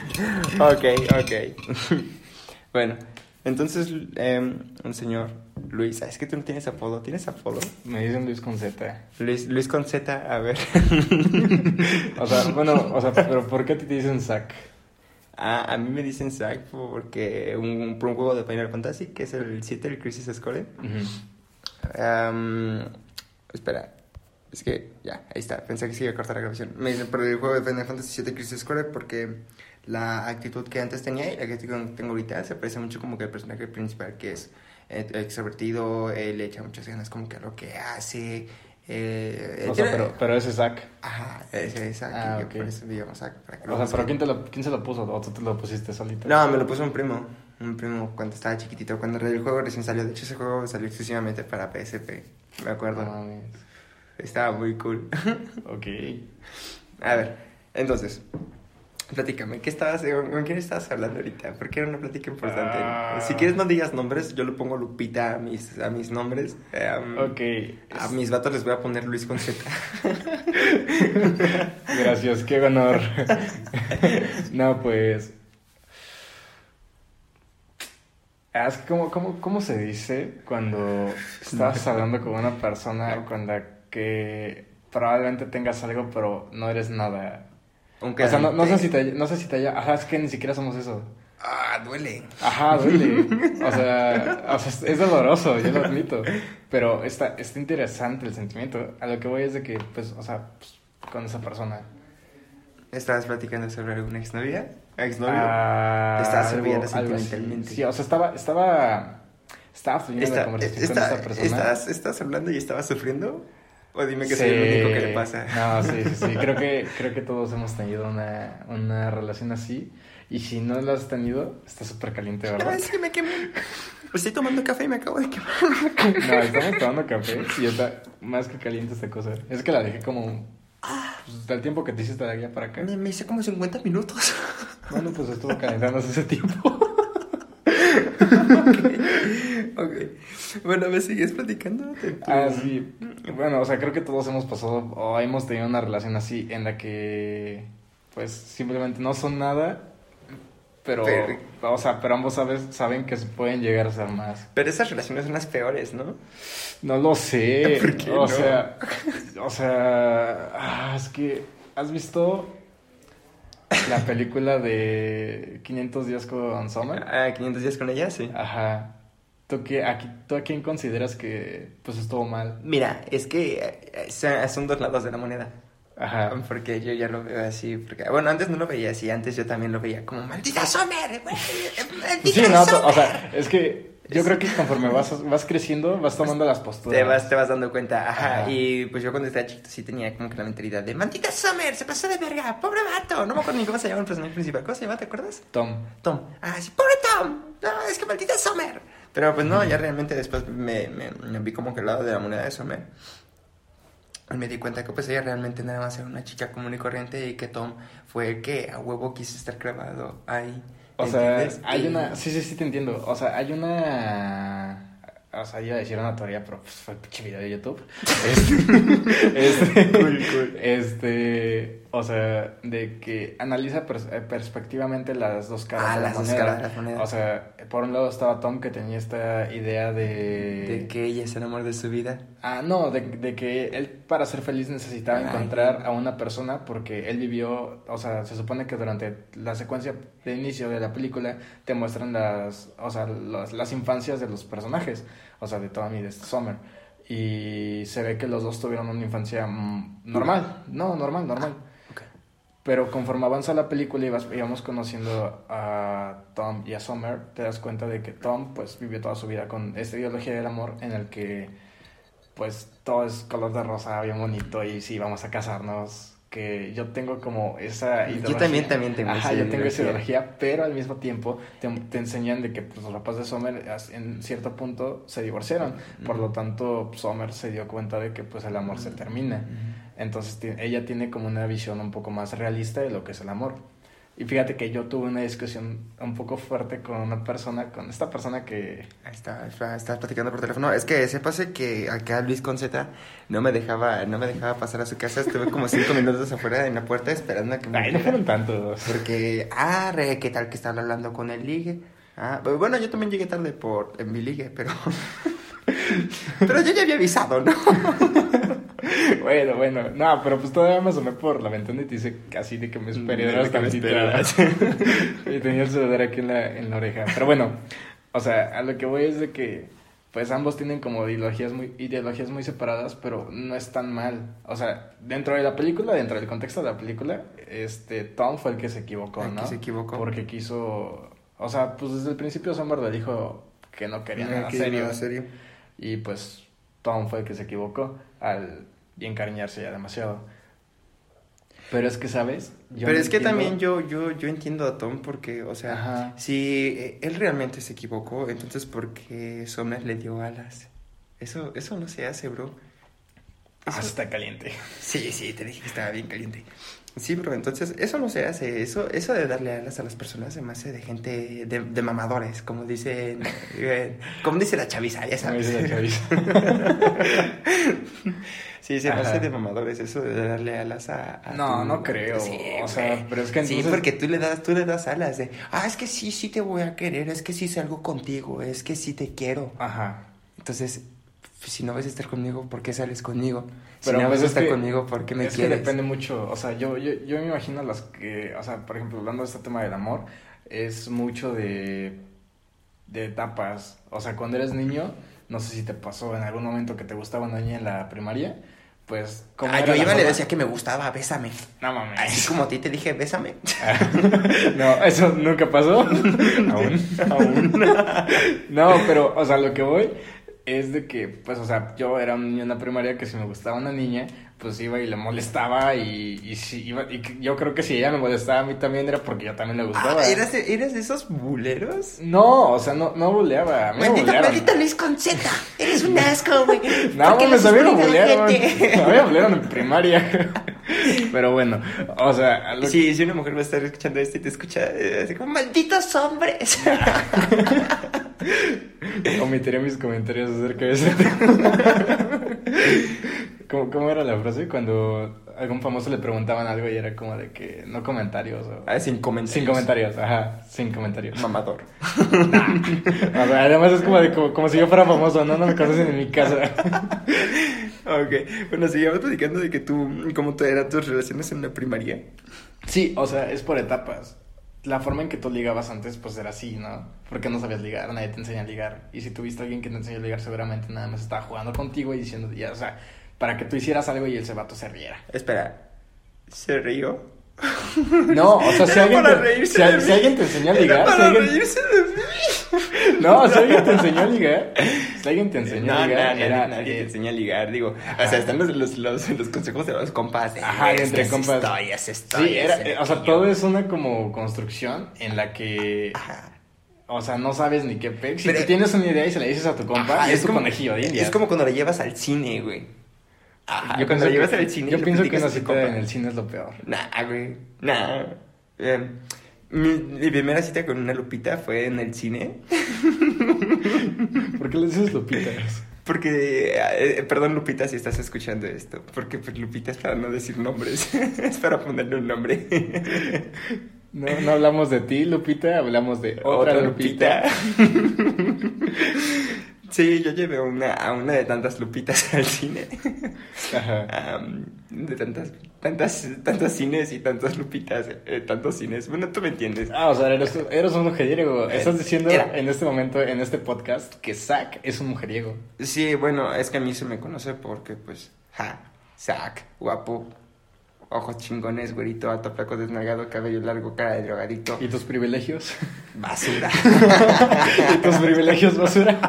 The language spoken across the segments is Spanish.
ok, ok. bueno, entonces eh, el señor Luis, ah, es que tú no tienes apodo, ¿tienes apodo? Me dicen Luis con Z. Luis, Luis con Z, a ver. O sea, bueno, o sea, pero ¿por qué a ti te dicen Zack? Ah, a mí me dicen Zack porque un, por un juego de Final Fantasy, que es el 7, el Crisis Score. Am, espera, es que ya, ahí está. Pensé que se iba a cortar la grabación. Me dicen por el juego de Final Fantasy VII Crisis Core porque la actitud que antes tenía y la que tengo tengo ahorita se parece mucho como que al personaje principal que es eh, extrovertido, eh, le echa muchas ganas como que a lo que hace. eh, O sea, tiene- pero, pero ese Zack. Ajá, ese es Zack, Ah, que ok. por eso digamos Zack. para que lo O sea, pero busquen. ¿quién, te lo, ¿quién se lo puso? ¿O tú te lo pusiste solito? No, me lo puso un primo. Un primo cuando estaba chiquitito, cuando el juego recién salió. De hecho, ese juego salió exclusivamente para PSP. Me acuerdo. No mames. Estaba muy cool. Ok. A ver, entonces, platícame, ¿qué estabas, con con quién estabas hablando ahorita? Porque era una plática importante. Ah. Si quieres no digas nombres, yo le pongo Lupita a mis, a mis nombres. eh, a m- Ok. A mis vatos les voy a poner Luis con Z. Gracias, qué honor. no, pues. Ah, Es que como, como- ¿cómo se dice cuando estás hablando con una persona con la que probablemente tengas algo, pero no eres nada? Aunque O sea, no, no sé si te, no sé si te haya. Ajá, es que ni siquiera somos eso. Ah, duele. Ajá, duele. O sea, o sea, es- es doloroso, yo lo admito. Pero está, está interesante el sentimiento. A lo que voy es de que, pues, o sea, pues, con esa persona. ¿Estabas platicando sobre alguna exnovia? ¿Exnovio? Ah, Te estaba algo- sirviendo algo así. sentimentalmente. Sí, o sea, estaba, estaba, estaba fluyendo la Está- conversación está- con esa persona. estás, ¿Estás hablando y estabas sufriendo? ¿O dime que Sí. soy el único que le pasa? No, sí, sí, sí. Creo que, creo que todos hemos tenido una, una relación así. Y si no la has tenido, está súper caliente, No, ¿verdad? es que me quemé. Estoy tomando café y me acabo de quemar. No, estamos tomando café y está más que caliente esta cosa. Es que la dejé como. Pues, del tiempo que te hiciste de allá para acá. Me, me hice como 50 minutos. Bueno, pues estuvo calentándose ese tiempo. Ok. Bueno, me sigues platicando. de tu- Ah, sí. Bueno, o sea, creo que todos hemos pasado o hemos tenido una relación así en la que, pues, simplemente no son nada, pero, Pero- o sea, pero ambos sabes, saben que se pueden llegar a ser más. Pero esas relaciones son las peores, ¿no? No lo sé. ¿Por qué o no? sea, o sea, ah, es que, ¿has visto la película de 500 días con Summer? Ah, 500 días con ella, sí. Ajá. ¿Tú, qué, aquí, ¿Tú a quién consideras que, pues, estuvo mal? Mira, es que eh, son son dos lados de la moneda. Ajá. Porque yo ya lo veo así. Porque, bueno, antes no lo veía así. Antes yo también lo veía como maldita Sommer. güey, eh, Sí, Maldita no, to- Sommer". o sea, es que yo Es- creo que conforme vas, vas creciendo, vas tomando las posturas. Te vas, te vas dando cuenta, ajá. Ajá. Y pues yo cuando estaba chiquito sí tenía como que la mentalidad de Maldita Summer, se pasó de verga, pobre vato. No me acuerdo ni cómo se llama el personaje principal. ¿Cómo se llama? ¿Te acuerdas? Tom. Tom. Ah, sí, pobre Tom. No, es que maldita Summer. Pero pues no, ya realmente después me, me- me vi como que al lado de la moneda de Summer. Y me di cuenta que pues ella realmente nada más era una chica común y corriente y que Tom fue el que a huevo quiso estar clavado ahí. O sea, ¿entiendes? hay Y- una. Sí, sí, sí, te entiendo. O sea, hay una. O sea, iba a decir una teoría, pero pues, fue el pinche video de YouTube. Este. este, este, O sea, de que analiza pers- eh, perspectivamente las dos caras. Ah, de la las dos moneda. caras de la moneda. O sea, por un lado estaba Tom que tenía esta idea de. De que ella es el amor de su vida. Ah, no, de, de que él para ser feliz necesitaba Ay. encontrar a una persona porque él vivió, o sea, se supone que durante la secuencia de inicio de la película te muestran las, o sea, las, las infancias de los personajes, o sea, de Tommy y de Summer. Y se ve que los dos tuvieron una infancia mm, normal, no, normal, normal. ok. Pero conforme avanza la película y vas- y vamos conociendo a Tom y a Summer, te das cuenta de que Tom pues vivió toda su vida con esta ideología del amor en el que pues todo es color de rosa, bien bonito y sí, vamos a casarnos, que yo tengo como esa Yo ideología. también- también tengo Ajá, esa yo tengo esa ideología. ideología, pero al mismo tiempo te, te enseñan de que pues, los papás de Summer as- en cierto punto se divorciaron, por lo tanto Summer se dio cuenta de que pues el amor se termina. Entonces ti- ella tiene como una visión un poco más realista de lo que es el amor. Y fíjate que yo tuve una discusión un poco fuerte con una persona, con esta persona que... Está, está, está platicando por teléfono. Es que sépase que acá Luis Conceta no me dejaba, no me dejaba pasar a su casa. Estuve como cinco minutos afuera en la puerta esperando a que me Ay, no dijera. fueron tantos. Porque, ah, re, ¿qué tal que estaba hablando con el ligue? Ah, pero bueno, yo también llegué tarde por en mi ligue, pero. pero yo ya había avisado, ¿no? Bueno, bueno. No, pero pues todavía me asomé por la ventana y te hice así de que me esperé De que me tantito. esperaras. y tenía el celular aquí en la, en la oreja. Pero bueno, o sea, a lo que voy es de que pues ambos tienen como ideologías muy, ideologías muy separadas, pero no es tan mal. O sea, dentro de la película, dentro del contexto de la película, este Tom fue el que se equivocó, El que ¿no? se equivocó. Porque quiso, o sea, pues desde el principio Summer le dijo que no quería nada Aquí, serio. no, serio. Y pues Tom fue el que se equivocó al encariñarse ya demasiado. Pero es que, ¿sabes? Yo pero no es que entiendo- también yo, yo, yo entiendo a Tom porque, o sea, Ajá. si eh, él realmente se equivocó, entonces ¿por qué Sommer le dio alas? Eso, eso no se hace, bro. Ah, está caliente. Sí, sí, te dije que estaba bien caliente. Sí, bro, entonces eso no se hace. Eso, eso de darle alas a las personas se me hace de gente, de, de mamadores, como dicen, eh, como dice la chaviza, ya Me sabes. dice la chaviza. Sí, se me Ajá. hace de mamadores eso de darle alas a... a No, no creo, o sea, güey. pero es que Sí, entonces- porque tú le, das, tú le das alas de... Ah, es que sí, sí te voy a querer, es que sí salgo contigo, es que sí te quiero. Ajá. Entonces, si no vas a estar conmigo, ¿por qué sales conmigo? Si Pero no pues vas a es estar que- conmigo, ¿por qué me es quieres? que depende mucho, o sea, yo, yo, yo me imagino las que, o sea, por ejemplo, hablando de este tema del amor, es mucho de, de etapas, o sea, cuando eres niño, no sé si te pasó en algún momento que te gustaba una niña en la primaria, pues... como Ah, yo iba y le decía que me gustaba, bésame. No mames. Así como a ti te dije, bésame. No, eso nunca pasó. Aún. No, pero, o sea, lo que voy es de que, pues, o sea, yo era un niño en la primaria que si me gustaba una niña, pues iba y le molestaba y, y si iba, y que- yo creo que si ella me molestaba a mí también era porque yo también le gustaba. Ah, ¿eras, de- eras de esos buleros? No, o sea, no, no buleaba, a mí me Maldita, bulearon. maldita Luis Conceta, eres un asco, güey. No, ¿Por qué me haces sabían bullying a la bulearon. gente? A mí me bulearon en primaria. Pero bueno, o sea, a lo Y Sí, si una mujer va a estar escuchando esto y te escucha, eh, así como, malditos hombres. Omitiré mis comentarios acerca de eso. ¿Cómo, ¿Cómo era la frase? Cuando a algún famoso le preguntaban algo y era como de que no comentarios. o- Ah, sin comentarios. Sin comentarios, ajá, sin comentarios. Mamador. O sea, además es como, de, como, como si yo fuera famoso, ¿no? No me conocen en mi casa. Ok, bueno, sigamos platicando de que tú, cómo te eran tus relaciones en la primaria. Sí, o sea, es por etapas. La forma en que tú ligabas antes, pues era así, ¿no? Porque no sabías ligar, nadie te enseña a ligar. Y si tuviste a alguien que te enseñó a ligar, seguramente nada más estaba jugando contigo y diciendo, ya, o sea, para que tú hicieras algo y el cebato se riera. Espera, ¿se rió? No, o sea, si Era alguien, para te, reírse si, de al- mí. si alguien te enseñó a Era ligar, si para alguien, reírse de mí. no, si alguien te enseñó a ligar, si alguien te enseñó No, a no, ligar, nadie- era, nadie te eh, enseña a ligar, digo. O Ajá. sea, están los, los, los, los consejos de los compas. de, Ajá, "Es de que entre así compas". Estoy, así estoy, sí, era, así eh, o sea, aquello. todo es una como construcción en la que, Ajá. o sea, no sabes ni qué pe... Si Pero- eh, tú tienes una idea y se la dices a tu compa, Ajá, es, tu conejillo de India. Es como cuando la llevas al cine, güey. Ajá, yo cuando pienso la llevas que, al cine. y yo le pienso que platicas a una tu cita compa. en el cine es lo peor. Nah, güey. Nah. Eh, mi, mi primera cita con una Lupita fue en el cine. ¿Por qué le dices Lupitas? Porque, eh, perdón Lupita si estás escuchando esto, porque pues, Lupita es para no decir nombres, es para ponerle un nombre. No, no hablamos de ti, Lupita, hablamos de otra, Lupita. sí, yo llevé una, a una de tantas Lupitas al cine. Ajá. Am, de tantas, tantas, tantos cines y tantas Lupitas, eh, tantos cines. Bueno, tú me entiendes. Ah, o sea, eres, eres un mujeriego. Estás diciendo Era. en este momento, en este podcast, que Zack es un mujeriego. Sí, bueno, es que a mí se me conoce porque, pues, ja, sac, guapo, ojos chingones, güerito, alto, flaco, desnagado, cabello largo, cara de drogadito, ¿Y tus privilegios? basura. ¿Y tus privilegios, basura?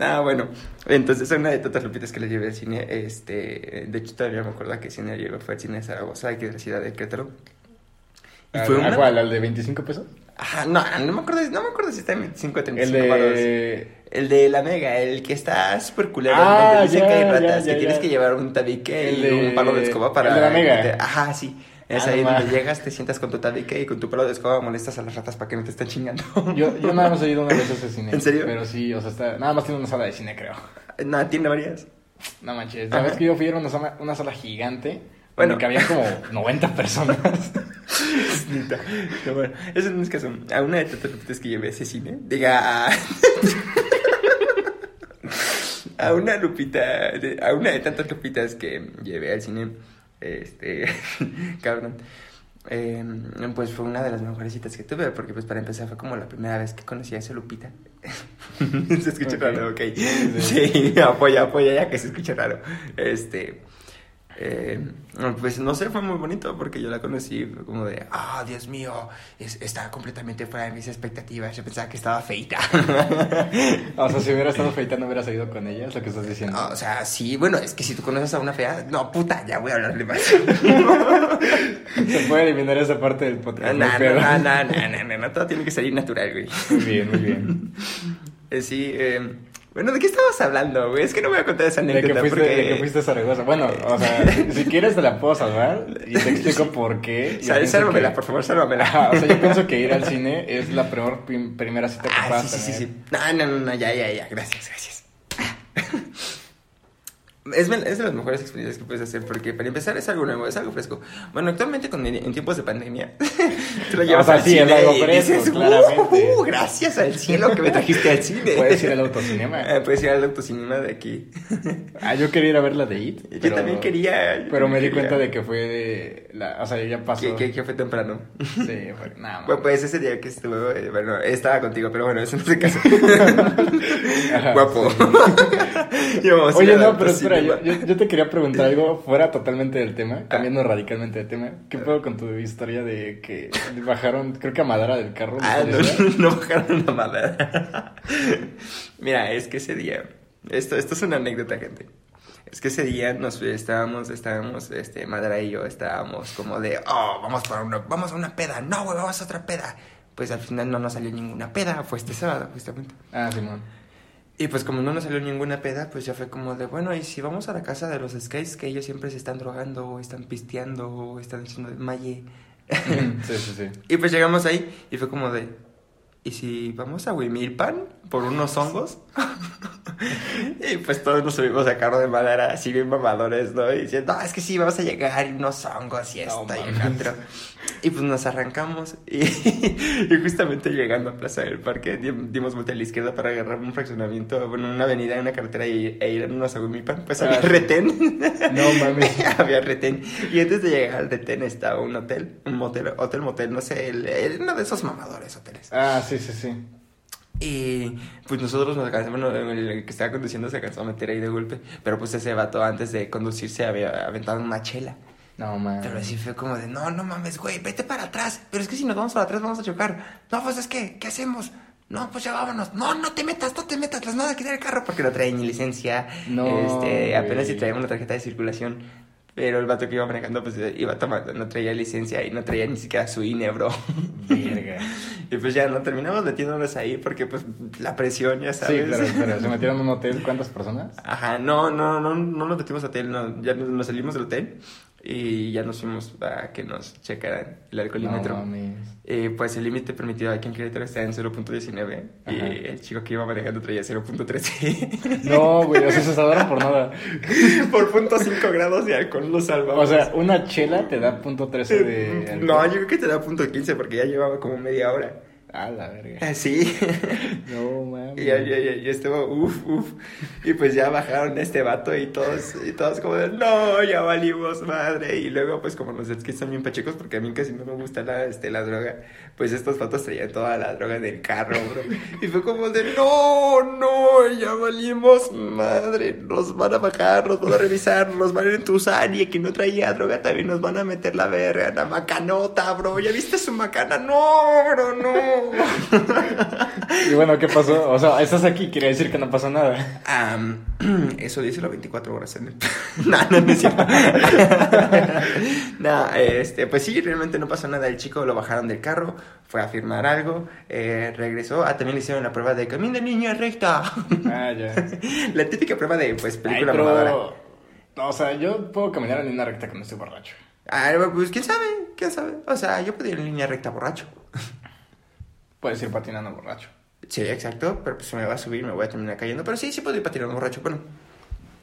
ah, bueno, entonces una de tantas lupitas que le llevé al cine, este, de hecho todavía me acuerdo que cine llevé fue al cine de Zaragoza, aquí de la ciudad de Querétaro. Y ¿Al- fue ¿A una... cuál? ¿Al de 25 pesos? Ajá, no, no me acuerdo, no me acuerdo si está en 25 o El 35 varos. de... El de la mega, el que está súper culero, Ah, donde dicen ya, que hay ya, ratas, ya, que tienes ya. que llevar un tabique El y de- un palo de escoba para... el de la mega. Ajá, sí. Es Ah, ahí no donde ma- llegas, te sientas con tu tabique y con tu pelo de escoba molestas a las ratas para que no te estén chingando. Yo, yo nada más he ido una vez a ese cine. ¿En serio? Pero sí, o sea, está, nada más tiene una sala de cine, creo. Nada, tiene varias. No manches. La vez Ajá. que yo fui era una sala, una sala gigante. Bueno. Bueno. Que había como 90 personas. Neta. Pero bueno, eso no es caso. A una de tantas rapitas que llevé a ese cine, diga. A, a una lupita, de- a una de tantas lupitas que llevé al cine, este, cabrón. eh, pues fue una de las mejores citas que tuve, porque pues para empezar fue como la primera vez que conocí a esa Lupita. se escucha Ok. raro, ok. Sí. Sí, apoya, apoya ya que se escucha raro. Este, eh, pues no sé, fue muy bonito porque yo la conocí fue como de, ah, Dios mío, es- estaba completamente fuera de mis expectativas, yo pensaba que estaba feita. O sea, si hubiera estado feita, no hubieras ido con ella, es lo que estás diciendo. No, o sea, sí, bueno, es que si tú conoces a una fea, no, puta, ya voy a hablarle más. Se puede eliminar esa parte del No, podcast. Ah, no, no hay pedo. no, no, no, no, no, no, todo tiene que salir natural, güey. Muy bien, muy bien. Eh, Sí, eh, bueno, ¿de qué estabas hablando, güey? Es que no me voy a contar esa De que, anécdota fuiste, porque... de que fuiste a Zaragoza. Bueno, o sea, si quieres te la puedo salvar y te explico por qué. Yo Sal- pienso sálvamela, que- por favor, sálvamela. Ajá, o sea, yo pienso que ir al cine es la peor prim- primera cita que ¿eh? Ah, puedas sí, sí, sí, tener. sí. No, no, no, no, ya, ya, ya. Gracias, gracias. Es, de- es de las mejores experiencias que puedes hacer porque para empezar es algo nuevo, es algo fresco. Bueno, actualmente con, en tiempos de pandemia te lo O llevas sea, al sí, es cine algo y fresco, dices, claramente. "Uh, gracias al cielo que me trajiste al cine. Puedes ir al autocinema. Eh, puedes ir al autocinema de aquí. Ah, yo quería ir a ver la de It. yo pero- también quería. yo Pero me di también cuenta quería. de que fue de. La, o sea, yo ya pasó. que, que, que fue temprano. Sí, fue. Nada más. Bueno, pues ese día que estuvo, eh, bueno, estaba contigo, pero bueno, eso no se caso. Ajá, Guapo. Yo, vamos a ir Oye, al no, autocinema. pero espera, yo, yo- yo te quería preguntar algo fuera totalmente del Ah. tema, cambiando radicalmente de tema. ¿Qué puedo con tu historia de que bajaron, creo que a Madara del carro? ¿me Ah, no, parece? no bajaron la madera. Mira, es que ese día, esto, esto es una anécdota, gente. Es que ese día nos estábamos, estábamos, este, Madara y yo estábamos como de, oh, vamos para una, vamos a una peda, no, güey, vamos a otra peda. Pues al final no nos salió ninguna peda, fue este sábado, justamente. Ah, Simón. Y pues como no nos salió ninguna peda, pues ya fue como de, bueno, y si vamos a la casa de los skates, que ellos siempre se están drogando, o están pisteando, o están haciendo malle. Sí, sí, sí. y pues llegamos ahí y fue como de, ¿y si vamos a Huimilpan por unos hongos? y pues todos nos subimos a carro de madera, así bien mamadores, ¿no? Y diciendo, no, es que sí, vamos a llegar y unos hongos y No esto y el mames. otro. Y pues nos arrancamos y, y justamente llegando a Plaza del Parque di- dimos vuelta a la izquierda para agarrar un fraccionamiento, bueno, una avenida, una carretera y, e irnos a Huimilpan. Pues había Ah. retén. No mames. Había retén. Y antes de llegar al retén estaba un hotel, un motel, hotel, motel, no sé, el- el- uno de esos mamadores hoteles. Ah, sí, sí, sí. Y pues nosotros nos alcanzamos, bueno, el que estaba conduciendo se alcanzó a meter ahí de golpe, pero pues ese vato antes de conducirse había aventado una chela. No Pero mames. así fue como de, no, no mames, güey, vete para atrás. Pero es que si nos vamos para atrás vamos a chocar. No, pues es que, ¿qué hacemos? No, pues ya vámonos. No, no te metas, no te metas, las nada a quitar el carro porque no trae ni licencia. No, Este, apenas si güey. traía una tarjeta de circulación. Pero el vato que iba manejando, pues iba tomando, no traía licencia y no traía ni siquiera su INE, bro. Verga. Y pues ya, no terminamos metiéndonos ahí porque pues la presión, ya Sí, sabes. claro, pero se metieron en un hotel, ¿cuántas personas? Ajá, no, no, no, no nos metimos a hotel, no, ya nos, nos salimos del hotel y ya nos fuimos a que nos checaran el alcoholímetro. No mames. Eh, pues el límite permitido aquí en Querétaro está en 0.19 y Ajá. el chico que iba manejando traía 0.13. No, güey, o sea, se salvaron por nada. Por punto .5 grados de alcohol lo salvamos. O sea, una chela te da punto 13 de. Eh, alcohol. no, yo creo que te da punto .15 porque ya llevaba como media hora. Ah, la verga. Así. No mames. Y, ya ya ya y estuvo, uff, uff. Y pues ya bajaron este vato y todos, y todos como de, no, ya valimos madre. Y luego, pues como los skits son bien pachecos, porque a mí casi no me gusta la, este, la droga, pues estos vatos traían toda la droga del carro, bro. Y fue como de, no, no, ya valimos madre. Nos van a bajar, nos van a revisar, nos van a entusar. Y el que no traía droga también nos van a meter la verga, la macanota, bro. ¿Ya viste su macana? No, bro, no. Y bueno, ¿qué pasó? O sea, estás aquí, quiere decir que no pasó nada. Am, eso dice las 24 horas en el... no, no, no es cierto. no, este, pues sí, realmente no pasó nada. El chico lo bajaron del carro, fue a firmar algo, eh, regresó. Ah, también le hicieron la prueba de camino niña recta. Ah, ya. la típica prueba de, pues, Ay, película mamadora. pero. O sea, yo puedo caminar en una recta cuando estoy borracho. Ah, pues quién sabe, quién sabe. O sea, yo podría ir en línea recta borracho. Puedes ir patinando borracho. Sí, exacto, pero pues se me va a subir, me voy a terminar cayendo. Pero sí, sí puedo ir patinando borracho, bueno.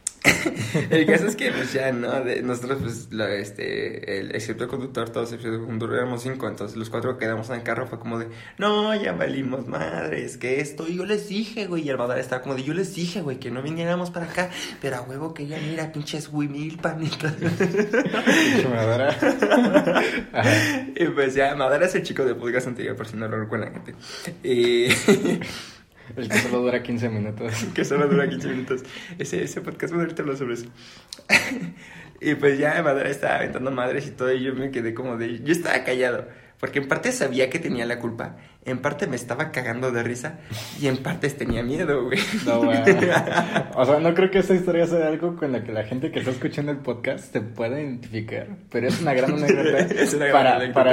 el caso es que pues ya, ¿no? De- nosotros, pues, la- este, el, excepto el conductor, todos excepto el conductor éramos cinco, entonces los cuatro que quedamos en el carro fue como de, no, ya valimos madres, que esto, yo les dije, güey, y el madre estaba como de, yo les dije, güey, que no viniéramos para acá, pero a huevo que ya mira, pinches Wimilpan y todo. Pinche madera. Ajá. Y pues ya, Madara es el chico del podcast anterior, por si no lo recuerdan, gente. Eh, Y... El que solo dura 15 minutos. que solo dura 15 minutos. Ese, ese podcast, bueno, ahorita hablo sobre eso. y pues ya Madara estaba aventando madres y todo, y yo me quedé como de... Yo estaba callado, porque en parte sabía que tenía la culpa, en parte me estaba cagando de risa, y en partes tenía miedo, güey. No, güey. O sea, no creo que esta historia sea algo con la que la gente que está escuchando el podcast se pueda identificar, pero es una gran anécdota. Es una gran para, anécdota.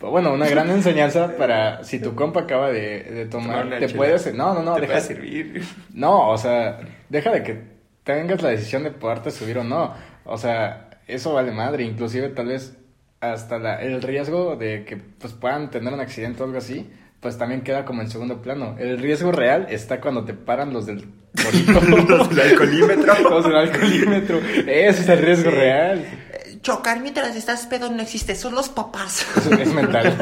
para- bueno, una gran enseñanza para si tu compa acaba de, de Tomar tomar, una te chela. puedes, no, no, no, Te deja, puede servir. no, o sea, deja de que tengas la decisión de poderte subir o no, o sea, eso vale madre, inclusive tal vez hasta la- el riesgo de que pues puedan tener un accidente o algo así. Pues también queda como en segundo plano. El riesgo real está cuando te paran los del Los del alcoholímetro. Vamos al alcoholímetro. Ese es el riesgo Sí. real. Eh, Chocar mientras estás pedo no existe, son los papás. Es, es mental.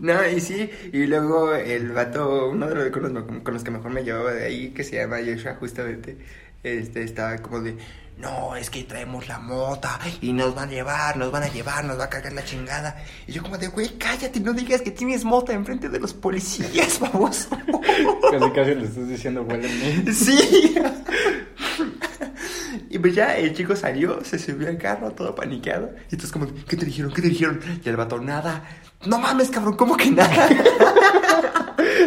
No, y sí, y luego el vato, uno de los con los, con los que mejor me llevaba de ahí, que se llama Joshua, justamente, este, estaba como de, no, es que traemos la mota y nos van a llevar, nos van a llevar, nos va a cargar la chingada. Y yo como de, güey, cállate, no digas que tienes mota enfrente de los policías, vamos. Casi casi le estás diciendo huele a mí. sí. Y pues ya el chico salió, se subió al carro todo paniqueado. Y entonces como, ¿qué te dijeron? ¿Qué te dijeron? Y el vato, nada. No mames, cabrón, ¿cómo que nada?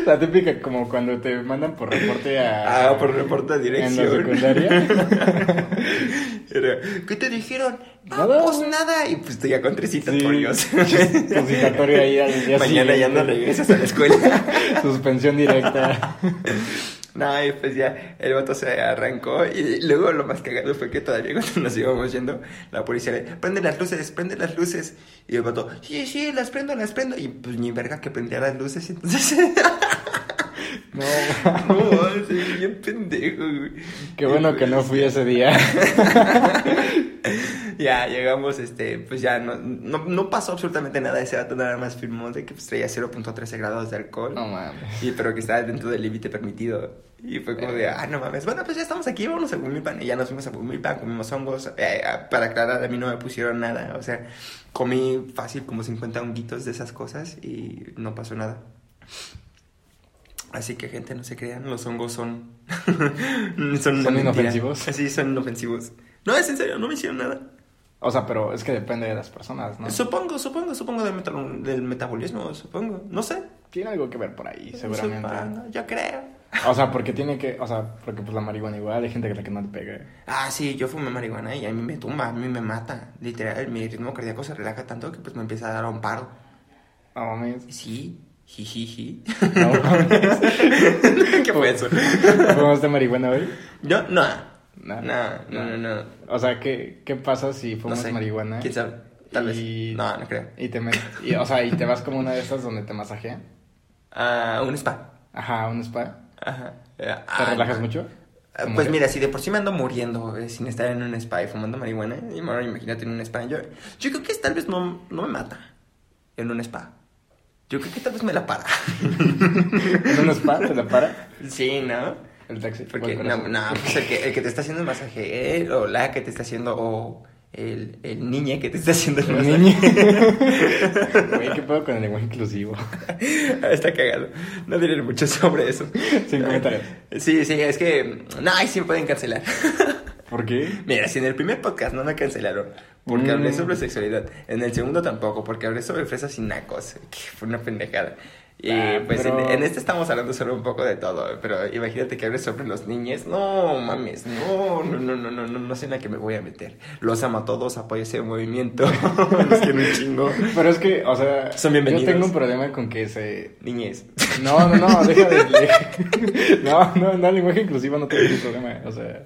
La típica como cuando te mandan por reporte a... Ah, por reporte de dirección. En la secundaria. Era, ¿Qué te dijeron? No, Nada, Pues, pues güey. nada. Y pues te ya con tres citatorios. Citatorio ahí al día Mañana ya no siguiente. regresas a la escuela. Suspensión directa. no, y pues ya el vato se arrancó. Y luego lo más cagado fue que todavía cuando nos íbamos yendo, la policía le prende las luces, prende las luces. Y el vato, sí, sí, las prendo, las prendo. Y pues ni verga que prendía las luces. Entonces, No. no, sí, bien pendejo, güey. Qué bueno que no fui ese día. Ya, llegamos, este, pues ya no, no, no pasó absolutamente nada. Ese vato nada más firmó de que pues, traía 0.13 grados de alcohol. No mames. Y pero que estaba dentro del límite permitido. Y fue como de, ah, no mames. Bueno, pues ya estamos aquí, vámonos a Bumilpan. Y ya nos fuimos a Bumilpan, comimos hongos. Eh, ah, para aclarar, a mí no me pusieron nada. O sea, comí fácil como 50 honguitos de esas cosas y no pasó nada. Así que, gente, no se crean, los hongos son. son una mentira. inofensivos? Sí, son inofensivos. No, es en serio, no me hicieron nada. O sea, pero es que depende de las personas, ¿no? Supongo, supongo, supongo del, metal- del metabolismo, supongo. No sé. Tiene algo que ver por ahí, seguramente. Supongo, yo creo. O sea, porque tiene que... O sea, porque pues la marihuana igual hay gente que la que no te pega. Ah, sí, yo fumé marihuana y a mí me tumba, a mí me mata. Literal, mi ritmo cardíaco se relaja tanto que pues me empieza a dar un paro. No mames. Sí, jijiji. No mames. ¿Qué fue eso? ¿Fumaste marihuana hoy? Yo, no. No. No, no, no, no. O sea, ¿qué, qué pasa si No fumas sé. marihuana? ¿Quién sabe? Tal Y- vez. No, no creo. Y te, met- y, o sea, y te vas como una de estas donde te masajean. Ah, un spa. Ajá, un spa. Ajá. Eh, ¿Te ah, relajas no. mucho? Ah, ¿Cómo Pues que? mira, si de por sí me ando muriendo eh, sin estar en un spa y fumando marihuana, y ahora imagínate en un spa. Yo, yo creo que tal vez no, no me mata en un spa. Yo creo que tal vez me la para. ¿En un spa te la para sí, ¿no? el taxi? o Porque el no, corazón? no, pues el que, el que te está haciendo el masaje, él, o la que te está haciendo, o el, el niñe que te está haciendo el masaje. Niña. Güey, ¿qué pedo con el lenguaje inclusivo? Está cagado. No diré mucho sobre eso. Sin comentarios. Sí, sí, es que. No, ahí sí me pueden cancelar. ¿Por qué? Mira, si en el primer podcast no me cancelaron, porque Mm. hablé sobre sexualidad. En el segundo tampoco, porque hablé sobre fresas y nacos, que fue una pendejada. Y Ah, pues pero- en, en este estamos hablando sobre un poco de todo, pero imagínate que hables sobre los niños. No, mames, no, no, no, no, no, no, no sé en la que me voy a meter. Los amo a todos, apoyo ese movimiento. los quiero un chingo. Pero es que, o sea, Son yo bienvenidos. tengo un problema con que se Niñez. No, no, no, deja de. de- No, no, no, lenguaje inclusivo no tiene ningún problema. O sea,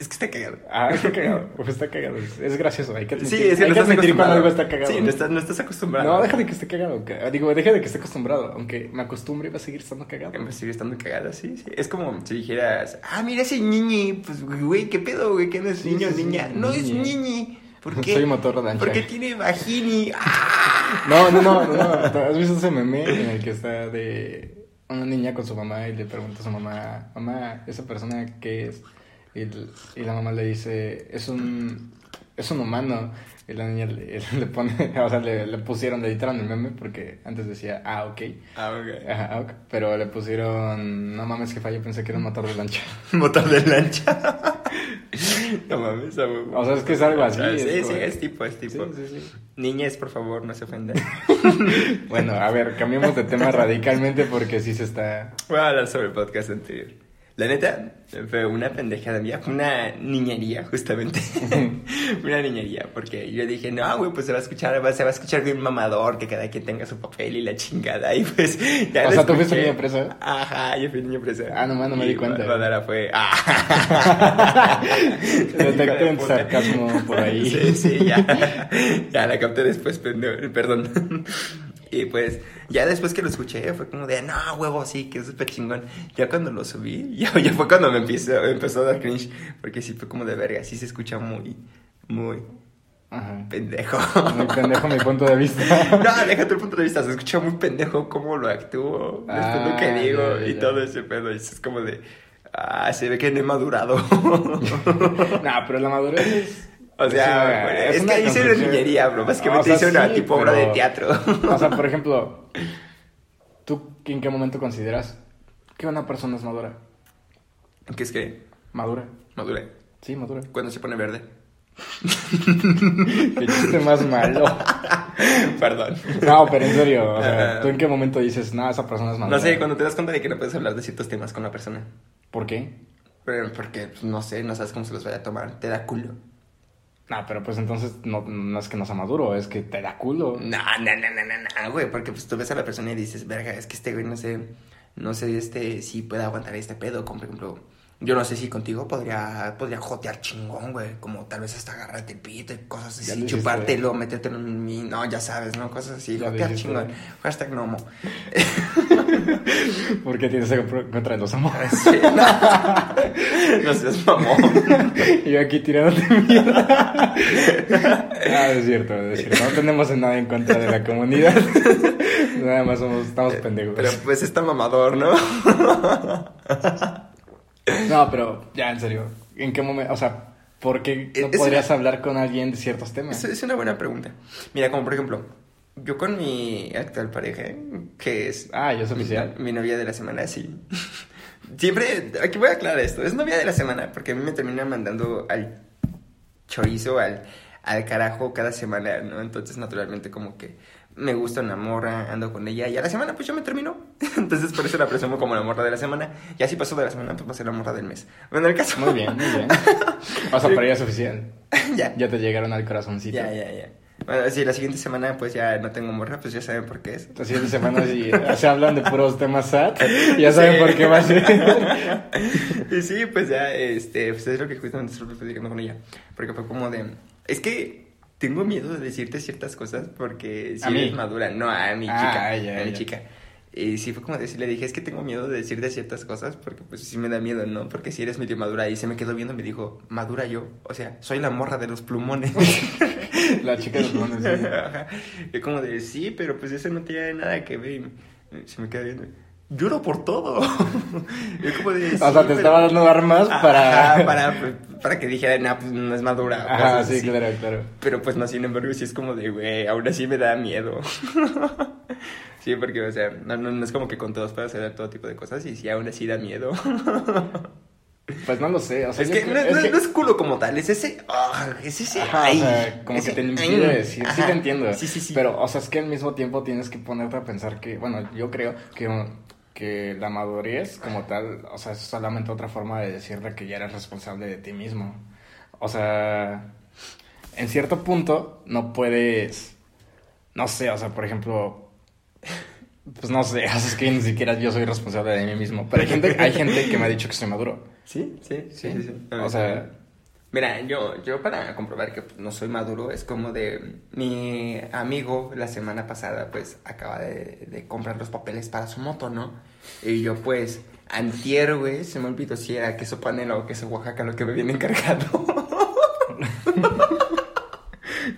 Es que está cagado. Ah, está cagado. Pues está cagado. Es, es gracioso. Hay que admitir, Sí, es que hay no que estás admitir acostumbrado. cuando algo está cagado. Sí, no estás, no estás acostumbrado. No, deja de que esté cagado. que- Digo, deja de que esté acostumbrado. Aunque me acostumbre, va a seguir estando cagado. Me sigue estando cagada, sí, sí. Es como si dijeras, ah, mira ese niñi. Pues, güey, ¿qué pedo, güey? ¿Qué no es Sí, niño o sí, sí, niña? No es niñe. niñi. ¿Por qué? Soy motor de ancha. Porque tiene vagini. Ah, No, no, no, no. ¿Has visto ese meme en el que está de una niña con su mamá y le pregunta a su mamá, mamá, ¿esa persona qué es? Y, l- y la mamá le dice, es un, es un humano. Y la niña le, le pone, o sea, le, le pusieron, le editaron el meme porque antes decía, ah, ok. ah ok. Ajá, ok", Pero le pusieron, no mames, que fallo, pensé que era un motor de lancha. Motor de lancha. no mames, a huevo. O sea, es que es algo así. Ah, es Sí, como- sí, es tipo, es tipo. Sí, sí, sí. Niñez, por favor, no se ofendan. Bueno, a ver, cambiemos de tema radicalmente porque sí se está... Voy a hablar sobre el podcast anterior. La neta, fue una pendejada mía, fue una niñería, justamente. una niñería, porque yo dije, no, güey, pues se va a escuchar, va- se va a escuchar bien mamador, que cada quien tenga su papel y la chingada, y pues ya O lo sea, ¿tú fuiste escuché. niño preso? Ajá, yo fui niño preso. Ah, no, man, no me di Y cuenta. Badara fue, ah. Hijo Detecté de un puta. sarcasmo por ahí. Sí, sí, ya. Ya la capté después, pende- perdón. Y pues, ya después que lo escuché, fue como de, no, huevo, sí, que es súper chingón. Ya cuando lo subí, ya, ya fue cuando me empezó, empezó a dar cringe. Porque sí fue como de verga, sí se escucha muy, muy Ajá. pendejo. Muy pendejo mi punto de vista. No, deja tu punto de vista, se escucha muy pendejo cómo lo actúo, después lo que Ah, digo ya, ya, y ya. todo ese pedo. Y es como de, ah, se ve que no he madurado. no, pero la madurez es... O sea, bueno, es, una que hice una construcción. niñería, bro. Básicamente O sea, hice una sí, tipo obra pero- de teatro. O sea, por ejemplo, ¿tú en qué momento consideras que una persona es madura? ¿Qué es que? Madura. Madura. Sí, madura. Cuando se pone verde. Qué chiste más malo. Perdón. No, pero en serio, o sea, Ajá. ¿tú en qué momento dices, no, esa persona es madura? No sé, cuando te das cuenta de que no puedes hablar de ciertos temas con la persona. ¿Por qué? Pero porque, pues, no sé, no sabes cómo se los vaya a tomar. Te da culo. No, pero pues entonces no, no es que no sea maduro, es que te da culo. No, no, no, no, no, no, güey. Porque pues tú ves a la persona y dices, verga, es que este güey no sé, no sé este, si puede aguantar este pedo. Como por ejemplo, yo no sé si contigo podría, podría jotear chingón, güey. Como tal vez hasta agarrarte el pito y cosas Ya así, lo hiciste. ¿eh? chupártelo, metértelo en mí. No, ya sabes, ¿no? Cosas así, Ya lo jotear hiciste. ¿eh? chingón. Hashtag gnomo. ¿Por qué tienes algo pro- contra los amores? Sí, no. no seas mamón. Y yo aquí tirándote mierda. Ah, es cierto, es cierto. No tenemos nada en contra de la comunidad. Nada más somos, estamos pendejos. Pero pues está mamador, ¿no? No, pero ya, en serio. ¿En qué momento? O sea, ¿por qué no Eh, Es- es podrías hablar con alguien de ciertos temas? Es, es una buena pregunta. Mira, como por ejemplo, yo con mi actual pareja, que es Ah, yo es oficial. Mi novia de la semana, sí. Siempre, aquí voy a aclarar esto, es novia de la semana, porque a mí me termina mandando al chorizo, al, al carajo cada semana, ¿no? Entonces, naturalmente, como que me gusta una morra, ando con ella, y a la semana, pues yo me termino. Entonces, por eso la presumo como la morra de la semana, y así pasó de la semana, pues pasé la morra del mes. Bueno, el caso. Muy bien, muy bien. O sea, pero ya es oficial. ya, Ya te llegaron al corazoncito. ya, ya, ya. Bueno, si la siguiente semana, pues ya no tengo morra, pues ya saben por qué es. Las siguientes semanas y se hablan de puros temas sad. Ya saben Sí. por qué va a ser. y sí, pues ya, este, pues es lo que justamente estuve platicando con ella. Porque fue como de. Es que tengo miedo de decirte ciertas cosas porque si ¿A eres mí? madura, no a mi Ah, chica. ya, a mi ya. chica. Y sí fue como decir, le dije, es que tengo miedo de decirte ciertas cosas porque pues sí me da miedo, ¿no? Porque si eres medio madura y se me quedó viendo y me dijo, madura yo, o sea, soy la morra de los plumones. La chica de los monos, sí. Ajá. Yo como de, sí, pero pues eso no tiene nada que ver. Y Se me queda viendo. Lloro por todo. Yo como de, O "Sí, sea, te pero- estaba dando armas para. Ajá, para, para que dijera, no, pues no es madura. o Ajá, cosas sí, así. claro, claro. Pero pues no, sin embargo, sí es como de, güey, aún así me da miedo. sí, porque, o sea, no, no, no es como que con todos puedas hacer todo tipo de cosas y sí, aún así da miedo. Pues no lo sé, o sea, es yo que, creo- no, es no- que- no es culo como tal, es ese, ah, es ese, Ajá, o ay, sea, como que ese te ay. impide decir, sí Ajá. te entiendo. Sí, sí, sí. Pero, o sea, es que al mismo tiempo tienes que ponerte a pensar que, bueno, yo creo que, que la madurez como tal, o sea, es solamente otra forma de decirle que ya eres responsable de ti mismo. O sea, en cierto punto no puedes, no sé, o sea, por ejemplo, pues no sé, o sea, es que ni siquiera yo soy responsable de mí mismo. Pero hay gente, hay gente que me ha dicho que soy maduro. Sí, sí, sí. sí, sí. O sea, Mira, yo, yo para comprobar que pues, no soy maduro, es como de mi amigo la semana pasada, pues acaba de, de comprar los papeles para su moto, ¿no? Y yo, pues, antier, güey, se me olvidó si era queso panela o queso Oaxaca lo que me viene encargado.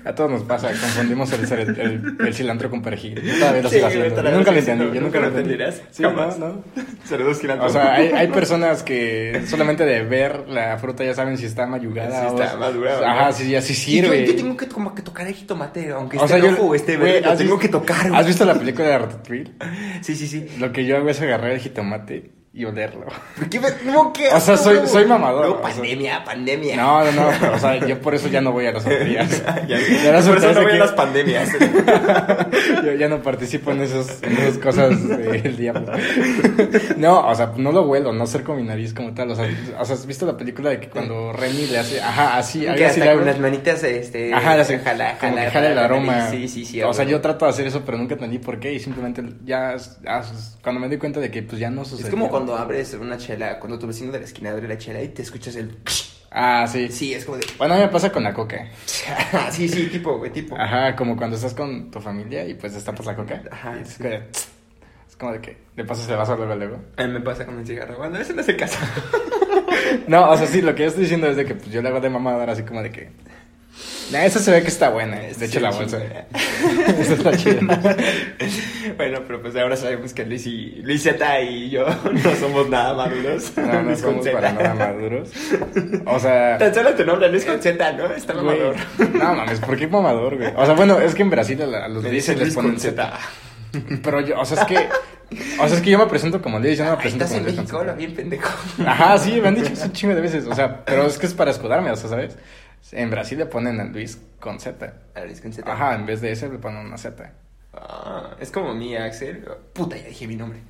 A todos nos pasa, confundimos el, el, el, el cilantro con perejil. Yo todavía lo Sí, sigo güey, haciendo. todavía Yo nunca lo lo sigo entendí. haciendo, Yo nunca lo nunca lo entendí. entenderás, Sí, no, jamás. no. Saludos, O sea, hay, hay personas que solamente de ver la fruta ya saben si está mayugada Si o está madura, güey. Ajá, si así Y yo- sirve. Yo, tengo que como que tocar el jitomate, aunque O esté sea, yo- rojo o esté güey, verde, lo ¿has tengo visto- que tocar, güey. ¿Has visto la película de Ratatouille? Sí, sí, sí. Lo que yo hago es agarrar el jitomate y olerlo. ¿Por qué me tengo que O sea, soy- soy mamador, o No, sea. pandemia, pandemia. No, no, no. pero, o sea, yo por eso ya no voy a las tortillas. Ya, Ya las por eso sorpresas no voy a que- las pandemias. Yo ya no participo en, esos, en esas cosas del diablo. No, o sea, no lo huelo, no acerco mi nariz como tal. O sea, o sea, ¿has visto la película de que cuando Remy le hace, ajá, así, algo que así hasta le con hago? las manitas, este. Ajá, le hace, jala, como jala, que jala el jala, aroma. Sí, sí, sí. O sea, güey. yo trato de hacer eso, pero nunca entendí por qué. Y simplemente ya, ah, cuando me di cuenta de que pues ya no sucede. Es como cuando abres una chela, cuando tu vecino de la esquina abre la chela y te escuchas el. Ah, sí. Sí, es como de. Bueno, a mí me pasa con la coca. Sí, sí, tipo, güey, tipo. Ajá, como cuando estás con tu familia y pues destapas la coca. Ajá, Y es, sí. como de, es como de que le pasas el vaso luego, luego. A mí me pasa con el cigarro. Bueno, ese no hace caso. No, o sea, sí, lo que yo estoy diciendo es de que pues, yo le hago de mamador así como de que... Nah, esa se ve que está buena. eh, De Este hecho, la bolsa. Esa está chida. Bueno, pero pues ahora sabemos que Luis y Luis Z y yo no somos nada maduros. No, no Luis con somos Z. para nada maduros. O sea... Tan solo tu nombre, Luis con Z, ¿no? Está güey, mamador. No mames, ¿por qué mamador, güey? O sea, bueno, es que en Brasil a, la- a los Me dices dicen les Luis ponen con Z. Z. Pero yo, o sea, es que... O sea, es que yo me presento como Luis, yo no me Ay, presento Estás como en Luis con México, Z. ahora bien pendejo. Ajá, sí, me han dicho eso un chingo de veces. O sea, pero es que es para escudarme, o sea, ¿sabes? En Brasil le ponen a Luis con Z. A Luis con Z. Ajá, en vez de ese le ponen una Z. Ah, es como mi Axel. Puta, ya dije mi nombre.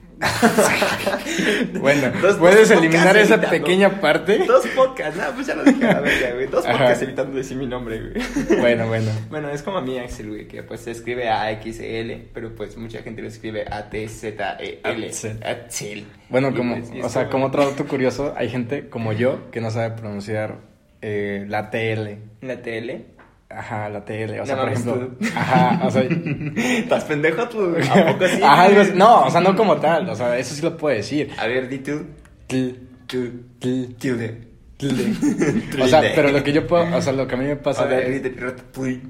Bueno, Dos- puedes dos eliminar podcasts esa evitando. pequeña parte. Dos podcasts, no, pues ya lo dije a la verga, güey. Dos Ajá. podcasts evitando decir mi nombre, güey. Bueno, bueno. Bueno, es como mi Axel, güey, que pues se escribe AXL, pero pues mucha gente lo escribe ATZEL. Axel. E Axel. Bueno, Y, como, pues, y o es sea, como otro dato curioso, hay gente como yo que no sabe pronunciar eh, la TL. La TL. Ajá, la TL. O sea, No por mames, ejemplo. tú. Ajá, o sea. ¿Estás pendejo tú? güey? ¿A poco sí? Ajá, algo así. güey? No, o sea, no como tal. O sea, eso sí lo puedo decir. A ver, di tú. Tl, Tú. tl, Tilde. tl. O sea, Tilde. pero lo que yo puedo, o sea, lo que a mí me pasa A ver, es- di de ratatouille.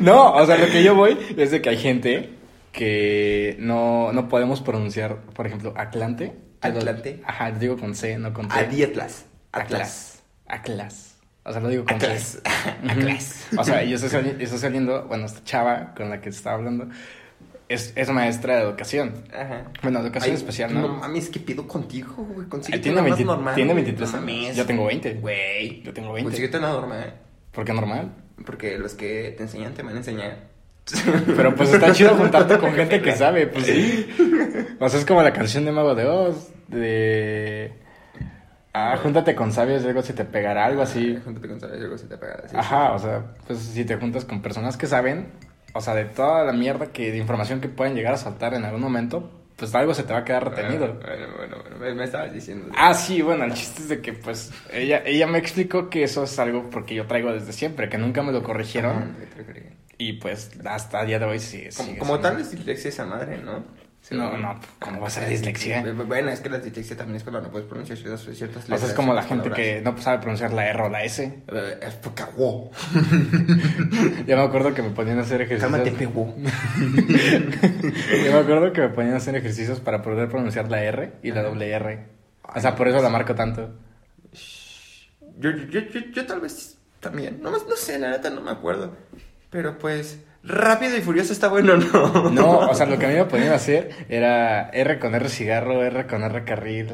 No, o sea, lo que yo voy es de que hay gente que no, no podemos pronunciar, por ejemplo, Atlante. Yo lo- Atlante. Ajá, lo digo con C, no con T. Adietlas. Atlas. Atlas. O sea, lo digo con Atlas. C. Atlas. Ujú. O sea, yo estoy sali- estoy saliendo, bueno, esta chava con la que estaba hablando es, es maestra de educación. Ajá. Bueno, educación Ay, especial, ¿no? No mames, ¿qué pido contigo, güey? Consíguete tiene una 20 más normal. tiene güey. 23 No años. mames. Yo tengo 20. Güey. Pues Yo tengo 20. Consíguete una normal. ¿Por qué normal? Porque los que te enseñan te van a enseñar. Pero pues está chido juntarte con gente que sabe, pues sí. O sea, es como la canción de Mago de Oz, de... Ah, júntate con sabios, luego se te pegará algo así. Ah, Júntate con sabios, luego se te pega. sí. Ajá, o sea, pues si te juntas con personas que saben, o sea, de toda la mierda que, de información que pueden llegar a saltar en algún momento, pues algo se te va a quedar retenido. Ah, Bueno, bueno, bueno, me, me estabas diciendo. Ah, sí, bueno, el chiste es de que pues ella, ella me explicó que eso es algo porque yo traigo desde siempre, que nunca me lo Ajá, corrigieron creo que- creo que- y pues hasta el día de hoy sí. Como, sigue como siendo- tal es dislexia esa madre, ¿no? No, no, ¿cómo va a ser dislexia? Eh, Bueno, es que la dislexia también es cuando no puedes pronunciar ciertas, ciertas O letras. sea, es como la ciertas gente que no sabe pronunciar la R o la S. palabras. Eh, Es porque wow. Yo me acuerdo que me ponían a hacer ejercicios. Cálmate, pego. Yo me acuerdo que me ponían a hacer ejercicios para poder pronunciar la R y la doble R. O sea, por eso la marco tanto. Yo, yo, yo, yo, yo tal vez también. No, más- no sé, la neta no me acuerdo. Pero pues, rápido y furioso está bueno, ¿no? No, o sea, lo que a mí me ponían a hacer era R con R cigarro, R con R carril.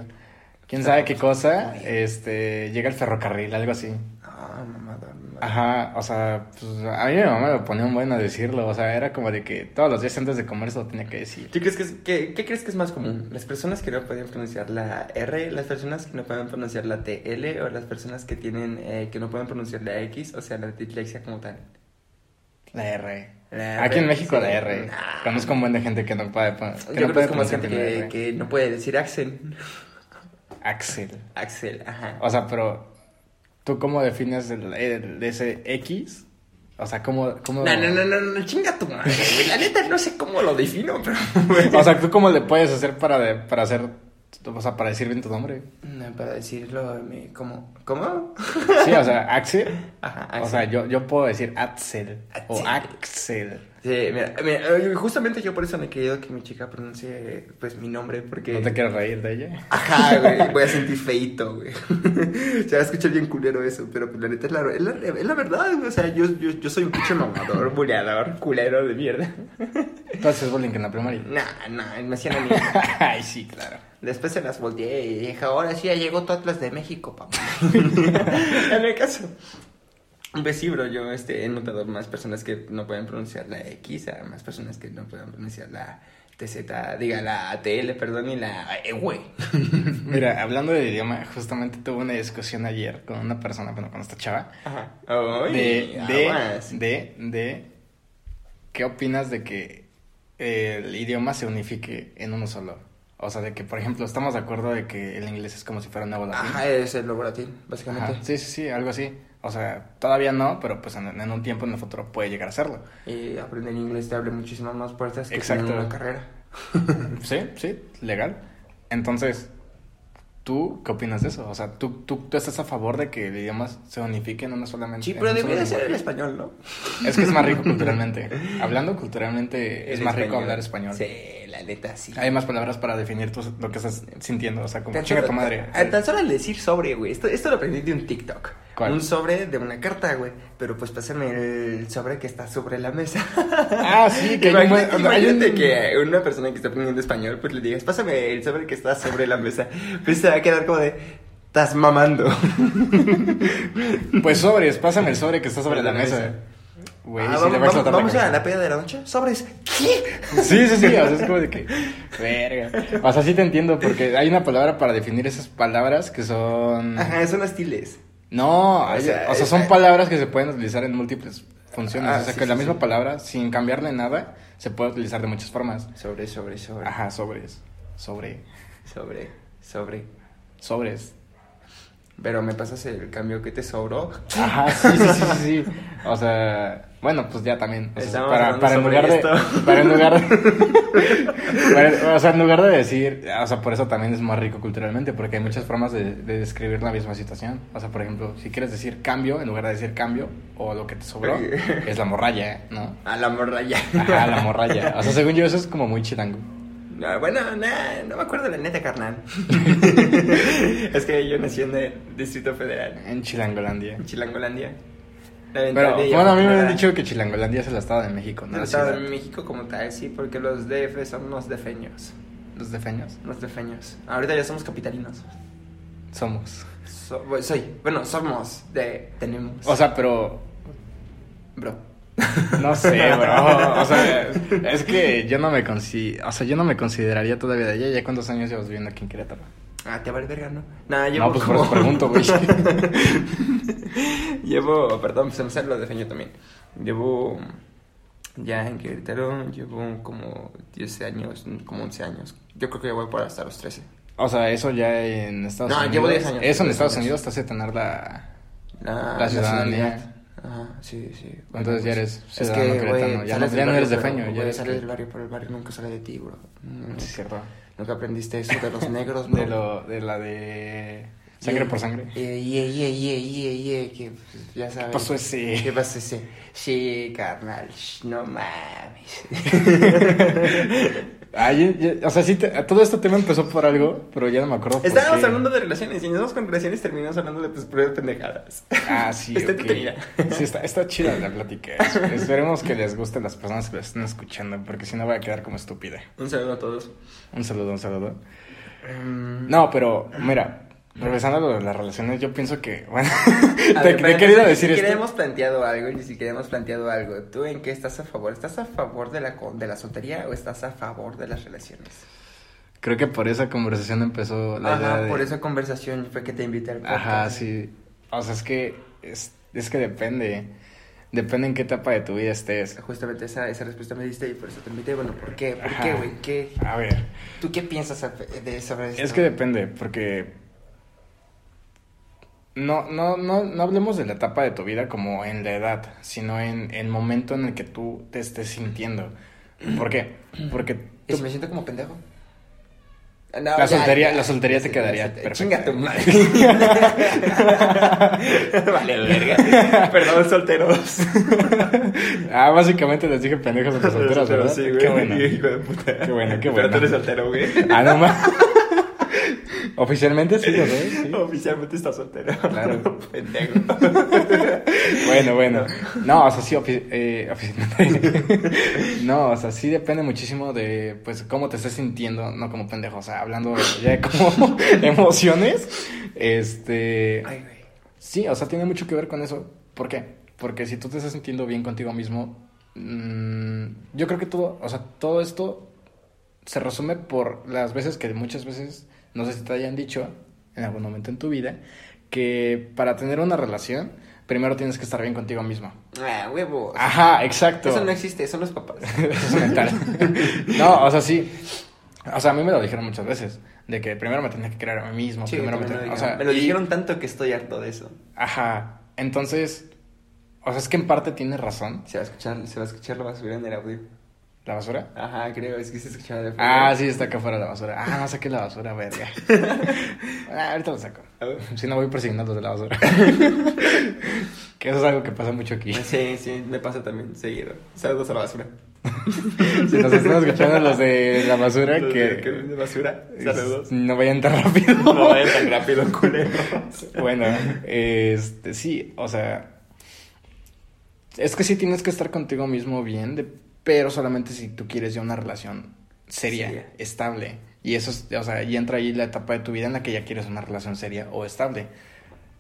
Quién sabe qué cosa, este, llega el ferrocarril, algo así. Ah, mamada, mamada. Ajá, o sea, pues a mí mi mamá me ponía un buen a decirlo, o sea, era como de que todos los días antes de comer se lo tenía que decir. ¿Qué crees que es, qué, qué crees que es más común? ¿Las personas que no pueden pronunciar la R, las personas que no pueden pronunciar la TL o las personas que tienen eh, que no pueden pronunciar la X, o sea, la dislexia como tal? La R. La R, Aquí en México sí. la R. Nah. Conozco un buen de gente que no puede pon- que Yo creo no que puede es como más pronunciar gente bien la que, R. que no puede decir accent. Axel. Axel, ajá. O sea, pero ¿tú cómo defines el- el- ese X? O sea, ¿cómo, cómo... No, no, no, no, no, chinga tu madre, güey. La neta no sé cómo lo defino, pero. O sea, ¿tú cómo le puedes hacer para, de- para hacer... O sea, para decir bien tu nombre? No, para decirlo, me- ¿cómo? ¿Cómo? Sí, o sea, Axel. Ajá, O Axel. sea, yo, yo puedo decir Axel. O Axel. Axel. Sí, mira, mira, eh, justamente yo por eso no he querido que mi chica pronuncie pues mi nombre, porque. ¿No te quieres reír de ella? Ajá, güey, voy a sentir feito, güey. Se va a escuchar bien culero eso, pero pues, la neta es la, es la, es la verdad, güey. O sea, yo, yo, yo soy un pinche mamador, buleador, culero de mierda. ¿Tú haces bullying en la primaria? Nah, nah, me hacían a mí. Ay, sí, claro. Después se las volteé y dije, ahora sí ya llegó tu Atlas de México, papá. en el caso. Pues sí, bro, yo este, he notado más personas que no pueden pronunciar la X, a más personas que no pueden pronunciar la TZ, diga la ATL, perdón, y la E, güey. Mira, hablando de idioma, justamente tuve una discusión ayer con una persona, bueno, con esta chava. Ajá. De, Ay, de, aguas. de, de, ¿qué opinas de que eh, el idioma se unifique en uno solo? O sea, de que, por ejemplo, estamos de acuerdo de que el inglés es como si fuera un nuevo latín. Ajá, es el latín, básicamente. Ajá, Sí, sí, sí, algo así. O sea, todavía no, pero pues en, en un tiempo en el futuro puede llegar a serlo. Y aprender inglés te abre muchísimas más puertas que Exacto. tener una carrera. Sí, sí, legal. Entonces, ¿tú qué opinas de eso? O sea, ¿tú, tú, tú estás a favor de que el idioma se unifique en una solamente? Sí, en pero un solo debería ser el lenguaje? español, ¿no? Es que es más rico culturalmente. Hablando culturalmente, es El más rico español. hablar español. Sí, la neta, sí. Hay más palabras para definir tus- lo que estás sintiendo. O sea, como Tan chinga solo- tu madre. ah, Tan solo al decir sobre, güey. Esto, esto lo aprendí de un TikTok. ¿Cuál? Un sobre de una carta, güey. Pero pues pásame el sobre que está sobre la mesa. Ah, sí, que hay un Imagínate, buen- hay un- imagínate que una persona que está aprendiendo español, pues le digas, pásame el sobre que está sobre la mesa. Pues se va a quedar como de, estás mamando. Pues sobres, pásame el sobre que está sobre la mesa. Güey, Ah, sí, le vamos, va a explotar la vamos a cabeza. la peda de la noche. Sobres. ¿Qué? Sí, sí, sí, o sea, es como de que, verga. O sea, sí te entiendo, porque hay una palabra para definir esas palabras que son... Ajá, son hostiles. No, hay- o sea, sea, es- son palabras que se pueden utilizar en múltiples funciones. Ah, o sea, sí, que la sí, misma sí. palabra, sin cambiarle nada, se puede utilizar de muchas formas. Sobre, sobre, sobre. Ajá, sobres, sobre, Sobre, sobre. sobres. Pero me pasas el cambio que te sobró. Ajá, sí, sí, sí, sí, sí. O sea, bueno, pues ya también. O sea, Estamos para, hablando para en sobre lugar de... esto. Para en lugar para- o sea, en lugar de decir... O sea, por eso también es más rico culturalmente, porque hay muchas formas de, de describir la misma situación. O sea, por ejemplo, si quieres decir cambio, en lugar de decir cambio, o lo que te sobró, Ok. es la morralla, ¿eh? ¿no? A la morralla. Ajá, la morralla. O sea, según yo, eso es como muy chilango. No, Ah, bueno, nah, no me acuerdo la neta, carnal. es que yo nací en el Distrito Federal, En Chilangolandia. en Chilangolandia. Pero, bueno, a mí me han dicho que Chilangolandia es el estado de México, ¿no? En el La Estado de ciudad. México como tal, sí, porque los DF son unos defeños. Los defeños. Unos defeños. Ahorita ya somos capitalinos. Somos. So- bueno, soy, bueno, somos de... Tenemos. O sea, pero bro. No sé, bro. O sea, es que yo no me consi o sea, yo no me consideraría todavía de allá. ¿Ya cuántos años llevas viviendo aquí en Querétaro? Ah, te vale verga, ¿no? Nada, llevo No, pues por eso como- pregunto, güey. llevo, perdón, se me sale lo de feño también. Llevo ya en Querétaro, llevo como 10 años, como 11 años. Yo creo que ya voy para hasta los 13. O sea, eso ya en Estados No, Unidos. llevo 10 años. Eso en 10 Estados años. Unidos te hace tener la La, La ciudadanía. Ajá, sí, sí. pues, Entonces ya eres ciudadano güey, querétano, ya no- sales ya del no eres de barrio, pero, feño, ya güey, eres sales que- del barrio, pero el barrio nunca sale de ti, bro. Mm, Pues, Sí, cierto. Nunca aprendiste eso de los negros, bro. De lo de la de sangre por sangre. Y yeah, yeah, yeah, yeah, yeah, que pues, ya sabes. pasó ese? ¿Qué pasó ese? Sí, carnal, sh, no mames. Ay, Ah, ya- ya- o sea, sí te- todo este tema empezó por algo, pero ya no me acuerdo. por Estábamos qué. hablando de relaciones y nos con relaciones terminamos hablando de pues, puras pendejadas. Ah, sí. Está ok. entretenida. Sí, está, está chida la plática. Esperemos que les guste a las personas que lo estén escuchando, porque si no voy a quedar como estúpida. Un saludo a todos. Un saludo, un saludo. No. No, pero mira, regresando a lo de las relaciones, yo pienso que, bueno, A te, ver, te pero he querido ni decir siquiera esto. hemos planteado algo, ni siquiera hemos planteado algo. ¿Tú en qué estás a favor? ¿Estás a favor de la, co- de la soltería o estás a favor de las relaciones? Creo que por esa conversación empezó la idea Ajá, de- por esa conversación fue que te invité al podcast. Ajá, sí. O sea, es que, es, es que depende. Depende en qué etapa de tu vida estés. Justamente esa, esa respuesta me diste y por eso te invité. Bueno, ¿por qué? ¿Por Ajá. qué, güey? ¿Qué? A ver, ¿Tú qué piensas al- de sobre esto? es que depende, porque no, no, no, no hablemos de la etapa de tu vida como en la edad, sino en el momento en el que tú te estés sintiendo. ¿Por qué? Porque ¿Y tú- si me siento como pendejo? Ah, No, la, ya, soltería, ya. la soltería Sí, te quedaría sí, perfecta. Chinga tu madre. vale, verga. Perdón, solteros. Ah, básicamente les dije pendejos a los solteros, ¿verdad? Sí, güey. Qué bueno. Hijo de puta. Qué bueno, qué Pero bueno. tú eres soltero, güey. Ah, no más. Oficialmente sí, lo ves, sí. Oficialmente estás soltero. Claro. Pendejo. Bueno, bueno. No, o sea, sí, ofi- eh, oficialmente. No, o sea, sí depende muchísimo de, pues, cómo te estés sintiendo, no como pendejo, o sea, hablando ya de como emociones. Este. Ay, güey. Sí, o sea, tiene mucho que ver con eso. ¿Por qué? Porque si tú te estás sintiendo bien contigo mismo, mm, yo creo que todo, o sea, todo esto se resume por las veces que muchas veces, no sé si te hayan dicho en algún momento en tu vida, que para tener una relación, primero tienes que estar bien contigo mismo. Ah, huevos. Ajá, exacto. Eso no existe, son los papás. Eso es mental. no, o sea, sí. O sea, a mí me lo dijeron muchas veces, de que primero me tenía que creer a mí mismo, Sí, primero me también me, lo tenía- dijeron. o sea, me lo y- dijeron tanto que estoy harto de eso. Ajá. Entonces, o sea, es que en parte tiene razón. Se va a escuchar, se va a escuchar, lo va a subir en el audio. ¿La basura? Ajá, creo, es que se escuchaba de fondo. Ah, sí, está acá afuera la basura. Ah, no saqué la basura, verga. Ah, ahorita lo saco. A ver. Si no voy persiguiendo los de la basura. que eso es algo que pasa mucho aquí. Ah, Sí, sí, me pasa también, seguido. Saludos a la basura. Si nos están escuchando los de la basura, Los de- que que de basura, saludos. no vayan tan rápido. No vayan tan rápido, culeros. Bueno, este, sí, o sea, es que sí tienes que estar contigo mismo bien, de- pero solamente si tú quieres ya una relación seria, Seria. estable. Y eso, es- o sea, y entra ahí la etapa de tu vida en la que ya quieres una relación seria o estable.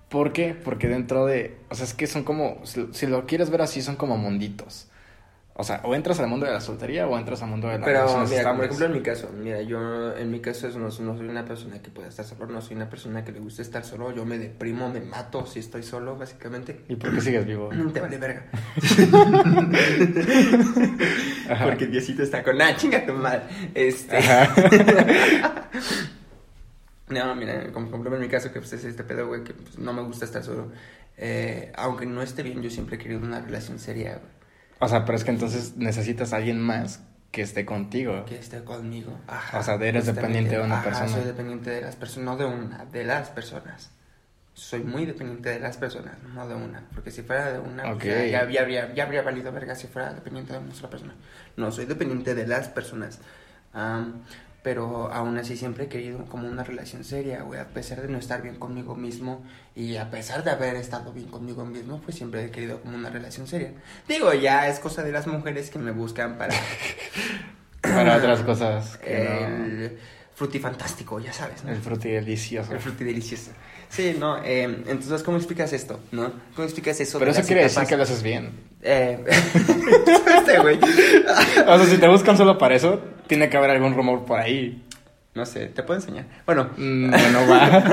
¿Por qué? Porque dentro de, o sea, es que son como, si, si lo quieres ver así, son como munditos. O sea, o entras al mundo de la soltería o entras al mundo de las Pero relaciones mira, por estables. ejemplo en mi caso, mira, yo en mi caso es, no, no soy una persona que pueda estar solo, no soy una persona que le gusta estar solo, yo me deprimo, me mato si estoy solo, básicamente. ¿Y por qué sigues vivo? Te vale verga. Ajá. Porque Diosito está con. Ah, chinga tu madre. Este. no, mira, como por ejemplo en mi caso, que pues, es este pedo, güey, que pues, no me gusta estar solo. Eh, aunque no esté bien, yo siempre he querido una relación seria, güey, O sea, pero es que entonces necesitas a alguien más que esté contigo. que esté conmigo. Ajá, O sea, eres justamente. dependiente de una Ajá, persona. Soy dependiente de las personas, no de una, de las personas. Soy muy dependiente de las personas, no de una. Porque si fuera de una, pues, Ok. ya, ya, ya habría, ya habría valido verga si fuera dependiente de una sola persona. No, soy dependiente de las personas. Am, pero aún así siempre he querido como una relación seria, güey. A pesar de no estar bien conmigo mismo y a pesar de haber estado bien conmigo mismo, pues siempre he querido como una relación seria. Digo, ya es cosa de las mujeres que me buscan para Para otras cosas que no. el frutifantástico, ya sabes, ¿no? El fruti delicioso. El fruti delicioso. Sí, no, eh, entonces, ¿cómo explicas esto, no? ¿Cómo explicas eso? Pero de eso las quiere decir etapas? que lo haces bien. Eh, este güey. O sea, si te buscan solo para eso, tiene que haber algún rumor por ahí. No sé, ¿te puedo enseñar? Bueno. Mm, No, no va.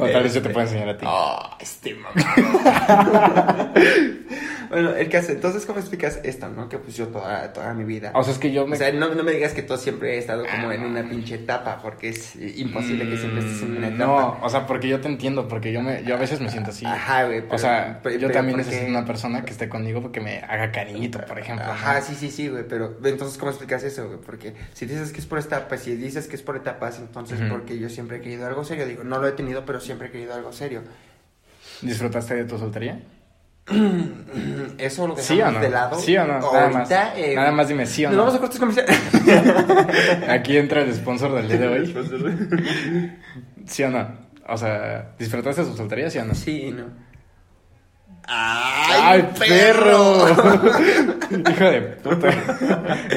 o tal vez yo te pueda enseñar a ti. Oh, eh, este bueno, el caso, entonces, ¿cómo explicas esto, no? Que pues yo toda, toda mi vida... O sea, es que yo me. Ah. O sea, no, no me digas que tú siempre he estado como en una pinche etapa, porque es imposible que siempre estés en una Mm, etapa. No, o sea, porque yo te entiendo, porque yo me, yo a veces me siento así. Ajá, güey. O pero- sea, pero- yo pero también ¿por qué? necesito una persona que esté conmigo porque me haga cariñito, por ejemplo. Ajá, ¿no? sí, sí, sí, güey, pero entonces, ¿cómo explicas eso, güey? Porque si dices que es por etapas, si dices que es por etapas, entonces, Ujú. porque yo siempre he querido algo serio, digo, no lo he tenido, pero siempre he querido algo serio. ¿Disfrutaste de tu soltería? Eso lo dejamos ¿Sí o no? de lado. ¿Sí o no? Nada más. Ahorita, eh, Nada más dime sí o nos no. vamos a cortes comerciales. Aquí entra el sponsor del día de hoy. ¿Sí o no? O sea, ¿disfrutaste de su soltería, sí o no? sí, no. ¡Ay, perro! Hijo de puta.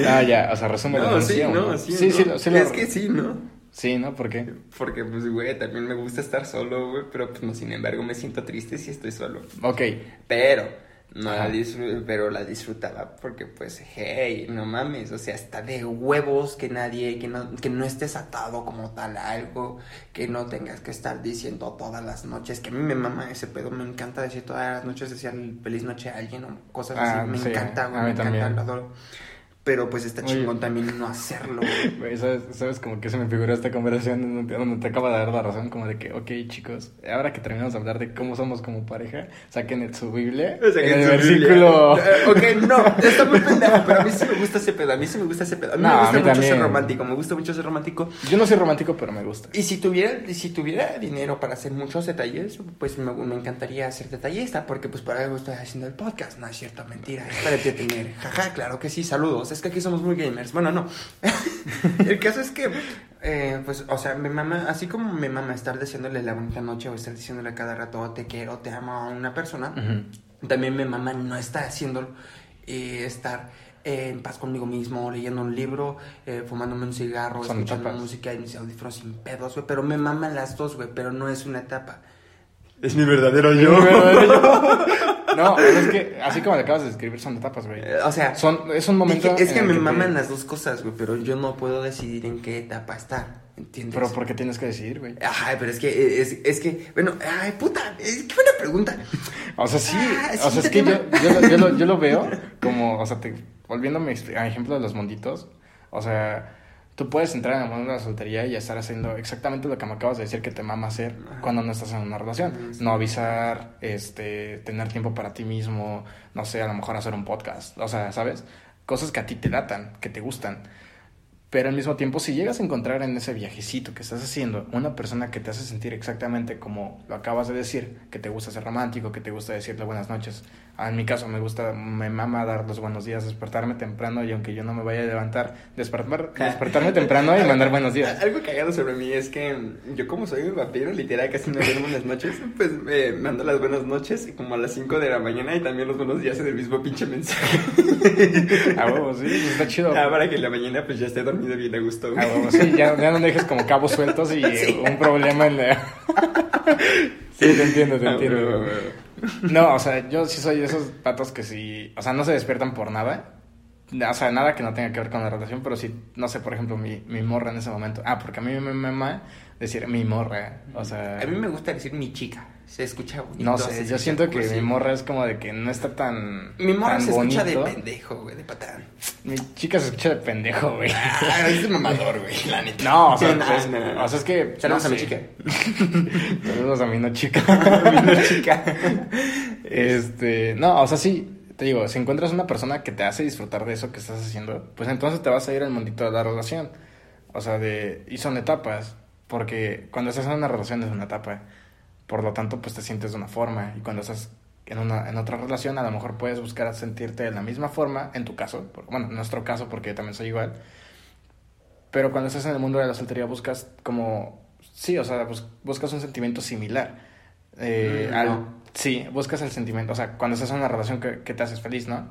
Ah, ya, o sea, resume No, sí, no, sí, sí, sí, no. lo- sí lo- Es que sí, ¿no? Sí, ¿no? ¿Por qué? Porque, pues, güey, también me gusta estar solo, güey, pero, pues, no, sin embargo, me siento triste si estoy solo. Ok, Pero, no la Ajá. disfru- pero la disfrutaba porque pues, hey, no mames, o sea, está de huevos que nadie, que no, que no estés atado como tal a algo, que no tengas que estar diciendo todas las noches, que a mí me mama ese pedo, me encanta decir todas las noches, decir feliz noche a alguien o cosas Ah, así, me sí, encanta, a güey, mí me encanta, también. lo adoro. Pero pues está Oye. chingón también no hacerlo, güey. Güey, ¿sabes, ¿Sabes? Como que se me figuró esta conversación donde, donde te acaba de dar la razón, como de que, ok, chicos, ahora que terminamos de hablar de cómo somos como pareja, saquen el su Biblia, O sea, que en el es horrible. versículo... Eh, Ok, no, está muy pendejo, pero a mí sí me gusta ese pedo. A mí sí me gusta ese pedo. A mí No, me a gusta mí mucho ser también. romántico. Me gusta mucho ser romántico. Yo no soy romántico, pero me gusta. Y si tuviera, y si tuviera dinero para hacer muchos detalles, pues me, me encantaría ser detallista, porque pues para algo estoy haciendo el podcast. No es cierto, mentira, es para entretener. Jaja, claro que sí, saludos. Es que aquí somos muy gamers. Bueno, no. el caso es que, eh, pues, o sea, mi mamá, así como mi mamá estar diciéndole la bonita noche o estar diciéndole a cada rato te quiero, te amo a una persona, Ujú. también mi mamá no está haciéndolo eh, estar eh, en paz conmigo mismo, leyendo un libro, eh, fumándome un cigarro, Son escuchando etapas. música y mis audífonos sin pedos, güey. Pero me maman las dos, güey, pero no es una etapa. Es mi verdadero Mi verdadero yo. No, es que así como le acabas de describir, son etapas, güey. Eh, O sea, Son, es un momento. dije, es en que el me te- maman las dos cosas, güey, pero yo no puedo decidir en qué etapa estar, ¿entiendes? Pero ¿por qué tienes que decidir, güey? Ay, pero es que, eh, es, es que, bueno, ay, puta, es- qué buena pregunta. O sea, sí. Ah, o sea, es siguiente que yo, tema. yo, lo- yo lo, yo lo veo como, o sea, te, volviendo a mi expli- a ejemplo de los munditos, o sea, tú puedes entrar en el mundo de la soltería y estar haciendo exactamente lo que me acabas de decir que te mama hacer Ajá. cuando no estás en una Ujú, relación. sí. No avisar, este, tener tiempo para ti mismo, no sé, a lo mejor hacer un podcast, o sea, ¿sabes? Cosas que a ti te latan, que te gustan. Pero al mismo tiempo, si llegas a encontrar en ese viajecito que estás haciendo una persona que te hace sentir exactamente como lo acabas de decir, que te gusta ser romántico, que te gusta decirle buenas noches. Ah, En mi caso, me gusta, me mama dar los buenos días, despertarme temprano y aunque yo no me vaya a levantar, despertar, despertarme temprano y mandar buenos días. Algo cagado sobre mí es que mm, yo como soy un vampiro, literal, casi no duermo en las noches, pues me mando las buenas noches como a las 5 de la mañana y también los buenos días en el mismo pinche mensaje. A huevo, sí, pues está chido. Ah, A para que en la mañana pues ya esté dormido bien a gusto. güey. huevo, Ah, sí, ya, ya no dejes como cabos sueltos y eh, un problema en la... Sí, te entiendo, te Ah, entiendo. güey, güey, güey. No, o sea, yo sí soy de esos patos que sí, o sea, no se despiertan por nada. O sea, nada que no tenga que ver con la relación, pero sí, no sé, por ejemplo, mi, mi morra en ese momento. Ah, porque a mí me mama decir mi morra. O sea, A mí me gusta decir mi chica, se escucha bonito. no se sé, yo escucha siento que cursi. mi morra es como de que no está tan. Mi morra tan se escucha bonito. de pendejo, güey, de patán. Mi chica se escucha de pendejo, güey. Ah, es mamador, güey, la neta. No, o sea, no, pues, no, no. o sea, es que. Saludos no a mi sé. chica. Saludos a mi no chica. Mi chica. Este, no, o sea, sí, te digo, si encuentras una persona que te hace disfrutar de eso que estás haciendo, pues entonces te vas a ir al mundito de la relación. O sea, de, y son etapas, porque cuando estás en una relación es una etapa, por lo tanto, pues te sientes de una forma, y cuando estás en, una, en otra relación, a lo mejor puedes buscar sentirte de la misma forma, en tu caso, por- bueno, en nuestro caso, porque yo también soy igual, pero cuando estás en el mundo de la soltería buscas como, sí, o sea, bus- buscas un sentimiento similar. Eh, Mm, al- no. Sí, buscas el sentimiento, o sea, cuando estás en una relación que, que te haces feliz, ¿no?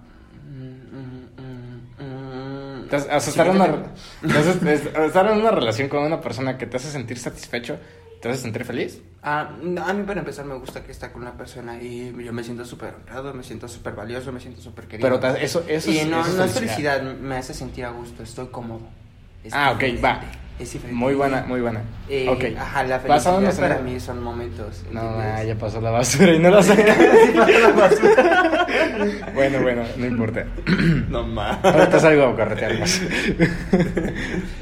Te hace- o sea, estar, en una, te hace- es- estar en una relación con una persona que te hace sentir satisfecho, te hace sentir feliz. Ah, no, a mí para empezar me gusta que está con una persona y yo me siento súper honrado, me siento súper valioso, me siento súper querido. Pero te- eso, eso y es, no, eso es no es felicidad, me hace sentir a gusto, estoy cómodo. Es Ah, ok, diferente, va. Es diferente. Muy buena, muy buena. Eh, ok. Ajá, la felicidad Basándonos en para el- mí son momentos. No, ¿entiendes? ah, ya pasó la basura y no la saqué. Sí, pasó la basura. bueno, bueno, no importa. no más. Ahorita salgo a corretear más.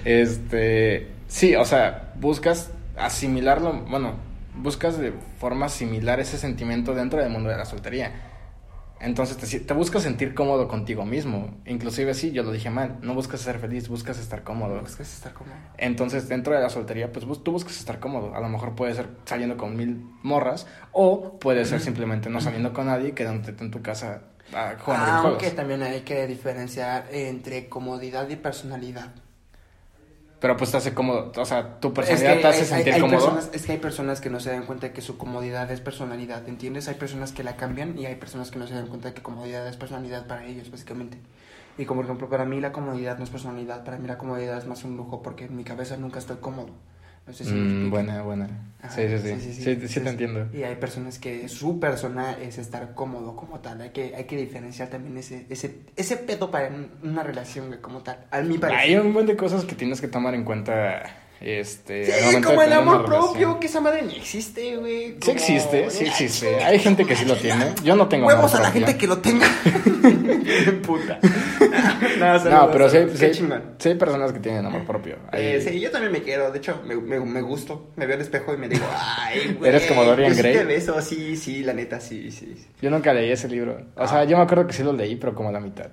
este. Sí, o sea, buscas asimilarlo. Bueno, buscas de forma similar ese sentimiento dentro del mundo de la soltería. Entonces te, si- te buscas sentir cómodo contigo mismo. Inclusive sí, yo lo dije mal. No buscas ser feliz, buscas estar cómodo. Buscas estar cómodo. Entonces, dentro de la soltería, pues bus- tú buscas estar cómodo. A lo mejor puede ser saliendo con mil morras o puede ser simplemente no saliendo con nadie y quedándote en tu casa ah, jugando videojuegos. Aunque también hay que diferenciar entre comodidad y personalidad. Pero pues te hace cómodo, o sea, tu Es personalidad que te hace hay- sentir hay cómodo. personas- es que hay personas que no se dan cuenta que su comodidad es personalidad, ¿entiendes? Hay personas que la cambian y hay personas que no se dan cuenta que comodidad es personalidad para ellos, básicamente. Y como por ejemplo, para mí la comodidad no es personalidad, para mí la comodidad es más un lujo porque en mi cabeza nunca estoy cómodo. No sé si me Mm, explico. buena, buena. Ajá, sí, sí, sí. Sí, sí te Entonces, entiendo. Y hay personas que su persona es estar cómodo como tal. Hay que, hay que diferenciar también ese, ese, ese pedo para un- una relación güey, como tal. A mi parecer. Hay un buen de cosas que tienes que tomar en cuenta Este, Sí, al momento de como el tener una amor propio, relación. que esa madre ni existe, güey. Sí Como- existe, sí existe. Hay gente que sí lo tiene. Yo no tengo Huevos a amor la propio. gente que lo tenga. Puta. no, No, saludos, pero sí, saludos. sí, Qué chingón. sí hay personas que tienen amor propio. Eh, Hay- sí, yo también me quiero. De hecho, me, me, me gusto. Me veo al espejo y me digo, ay, güey. Eres como Dorian yo sí Gray. te beso, sí, sí, la neta, sí, sí. sí. Yo nunca leí ese libro. O sea, Ah. yo me acuerdo que sí lo leí, pero como a la mitad.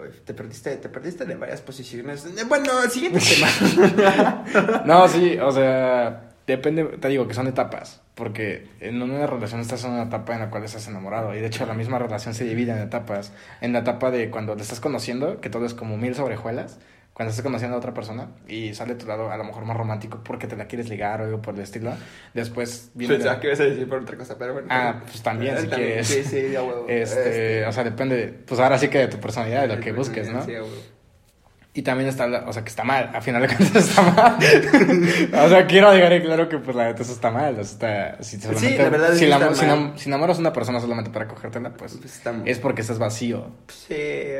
Uy, Te perdiste, te perdiste de varias posiciones. Eh, Bueno, el siguiente tema. No, sí, o sea, depende, te digo que son etapas, porque en una relación estás en una etapa en la cual estás enamorado, y de hecho la misma relación se divide en etapas. En la etapa de cuando te estás conociendo, que todo es como mil sobrejuelas, cuando estás conociendo a otra persona y sale tu lado a lo mejor más romántico porque te la quieres ligar o algo por el estilo, después viene... la- Pensaba que ibas a decir por otra cosa, pero bueno. Ah, pues también, si quieres. Sí, sí, a huevo. Este, o sea, depende, pues ahora sí que de tu personalidad, de lo que Sí, busques, ¿no? Sí, a huevo. Y también está, la- o sea, que está mal, al final de cuentas está mal. o sea, quiero dejar en claro que pues la neta eso está mal, o sea, está- si, solamente- la verdad es si que la- está si mal. nam- si enamoras a una persona solamente para cogértela, pues Pues está es porque estás vacío y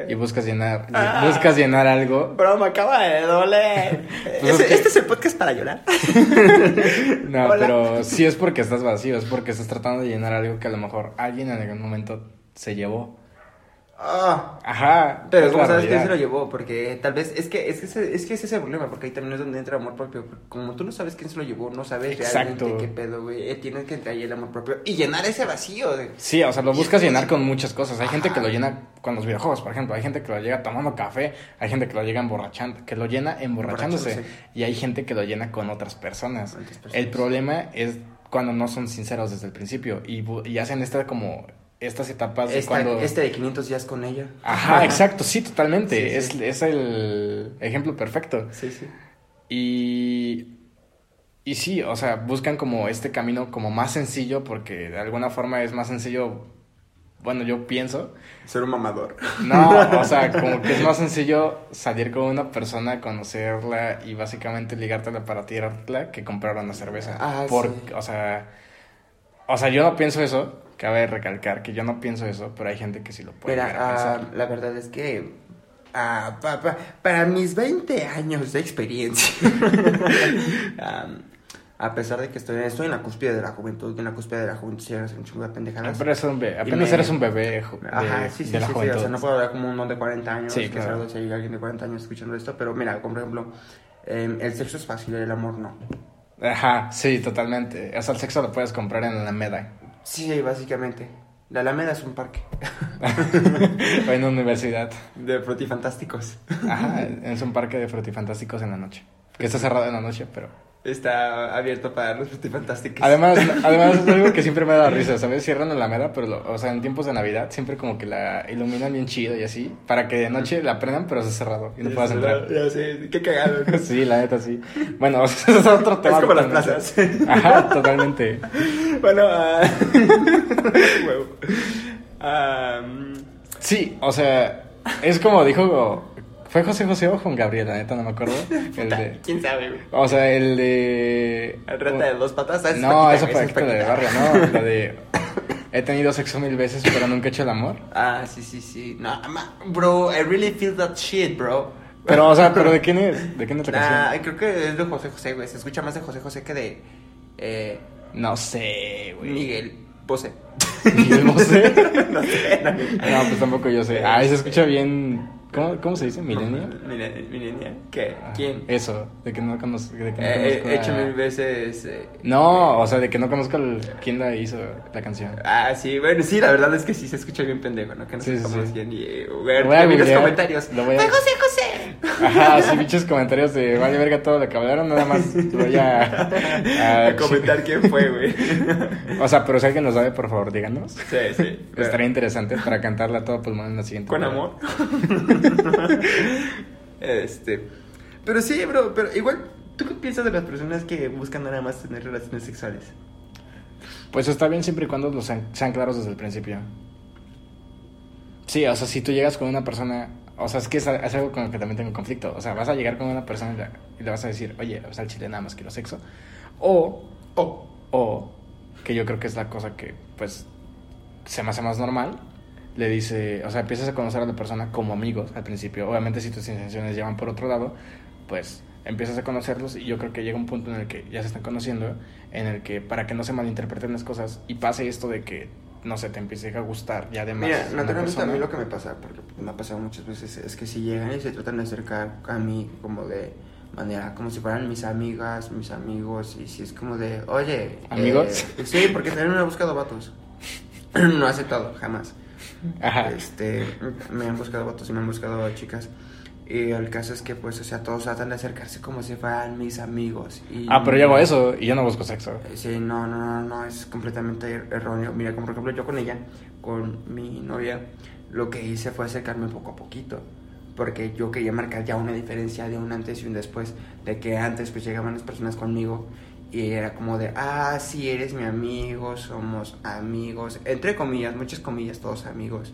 Sí. buscas llenar, Ah. buscas llenar algo. Bro, me acaba de doler. Pues Ese- es que- Este es el podcast para llorar. No, Hola. pero sí es porque estás vacío, es porque estás tratando de llenar algo que a lo mejor alguien en algún momento se llevó. Ah. Ajá. Pero es como la sabes que realidad. se lo llevó, porque tal vez es que, es que, ese, es que ese es el problema, porque ahí también es donde entra amor propio. porque Como tú no sabes quién se lo llevó, no sabes Exacto. realmente qué pedo, güey. eh, Tienes que entrar ahí el amor propio y llenar ese vacío. De... Sí, o sea, lo buscas Y- llenar con muchas cosas. Hay gente que Ajá. lo llena con los videojuegos, por ejemplo. Hay gente que lo llega tomando café. Hay gente que lo llega emborrachando, que lo llena emborrachándose. Emborrachándose. Y hay gente que lo llena con otras personas. Con otras personas. El problema es cuando no son sinceros desde el principio y, bu- y hacen esta como estas etapas de Esta- cuando. Este de 500 días con ella. Ajá, exacto, sí, totalmente. Sí, sí. Es, es el ejemplo perfecto. Sí, sí. Y. Y sí, o sea, buscan como este camino como más sencillo, porque de alguna forma es más sencillo. Bueno, yo pienso. Ser un mamador. No, o sea, como que es más sencillo salir con una persona, conocerla y básicamente ligártela para tirarla que comprar una cerveza. Ah, Por- sí. O sea. O sea, yo no pienso eso. Cabe recalcar que yo no pienso eso, pero hay gente que sí lo puede. Mira, llegar a ah, pensar. la verdad es que ah, pa- pa- para mis 20 años de experiencia, am, a pesar de que estoy, estoy en la cúspide de la juventud, en la cúspide de la juventud, sí, es un chingo de pendejadas. Pero es un be- apenas me- eres un bebé jo- de, Ajá, sí, sí, de la sí, sí, juventud. o sea, no puedo hablar como un don de 40 años, Sí, que claro. salgo, si hay alguien de 40 años escuchando esto, pero mira, como por ejemplo, em, el sexo es fácil, el amor no. Ajá, sí, totalmente. O sea, el sexo lo puedes comprar en la Alameda Sí, básicamente. La Alameda es un parque o en una universidad. de frutifantásticos. Ajá, es un parque de frutifantásticos en la noche. Que está cerrado en la noche, pero... Está abierto para los frutifantásticos. Además, además es algo que siempre me da risa, ¿sabes? Cierran la Alameda, pero, lo- o sea, en tiempos de Navidad siempre como que la iluminan bien chido y así, para que de noche la prendan, pero está cerrado y no puedas entrar. Ya sé, qué cagado. ¿no? Sí, la neta, sí. Bueno, o sea, ese es otro tema. es como las totalmente. plazas. Ajá, totalmente. bueno, ah, huevo. Ah, mm, Sí, o sea, es como dijo. ¿Fue José José o Juan Gabriel? La neta, no me acuerdo. El de, ¿Quién sabe, güey? o sea, el de. El rata de dos patas. ah, esa es No, Paquita, eso güey, fue esa es Paquita de Paquita. Barrio, ¿no? La de. He tenido sexo mil veces, pero nunca he hecho el amor. Ah, sí, sí, sí. No, ma- bro, I really feel that shit, bro. Pero, o sea, ¿pero de quién es? ¿De quién es la Nah, canción? creo que es de José José, güey. Se escucha más de José José que de eh, No sé, güey. Miguel Bosé. Miguel Bosé. no sé. No, No, pues tampoco yo sé. Ah, se escucha bien. ¿Cómo, cómo se dice? ¿Milenio? Milenia. ¿Qué? ¿Quién? Eh, Eso, de que no conozco. De que no eh, conozco he a- hecho mil veces. eh, No, o sea, de que no conozco el- quién la hizo la canción. Ah, sí, bueno, sí, la verdad es que sí se escucha bien pendejo, ¿no? Que no Sí, sí, sepamos sí. quién. Y, eh, Lo ver, voy a vi los googlear, comentarios. lo voy a- ¡Fue José José! Ajá, sí, bichos comentarios de vale verga todo lo que hablaron, nada más voy a, a comentar quién fue, Eh. güey. O sea, pero si alguien lo sabe, por favor, díganos. sí, sí. Estaría interesante para cantarla a todo pulmón en la siguiente. Con temporada. amor. este. Pero sí, bro, pero igual, ¿tú qué piensas de las personas que buscan nada más tener relaciones sexuales? Pues está bien siempre y cuando los sean, sean claros desde el principio. Sí, o sea, si tú llegas con una persona, o sea, es que es, es algo con lo que también tengo conflicto. O sea, vas a llegar con una persona y la- y le vas a decir, oye, o sea, al chile nada más quiero sexo. O, o, o, que yo creo que es la cosa que, pues, se me hace más normal. Le dice, o sea, empiezas a conocer a la persona como amigos al principio. Obviamente, si tus intenciones llevan por otro lado, pues empiezas a conocerlos y yo creo que llega un punto en el que ya se están conociendo, en el que para que no se malinterpreten las cosas y pase esto de que, no sé, te empiece a gustar y además... Mira, una naturalmente a persona- mí lo que me pasa, porque me ha pasado muchas veces, es que si llegan y se tratan de acercar a mí como de manera, como si fueran mis amigas, mis amigos, y si es como de, oye... ¿Amigos? eh, sí, porque también me han buscado vatos. no he aceptado, jamás. Ajá. Este, me han buscado vatos y me han buscado chicas. Y el caso es que, pues, o sea, todos tratan de acercarse como si fueran mis amigos. Y Ah, pero yo hago eso y yo no busco sexo. Eh, Sí, no, no, no, no, es completamente er- erróneo. Mira, como por ejemplo yo con ella, con mi novia, lo que hice fue acercarme poco a poquito. Porque yo quería marcar ya una diferencia de un antes y un después. De que antes pues llegaban las personas conmigo y era como de, ah, sí, eres mi amigo, somos amigos. Entre comillas, muchas comillas, todos amigos.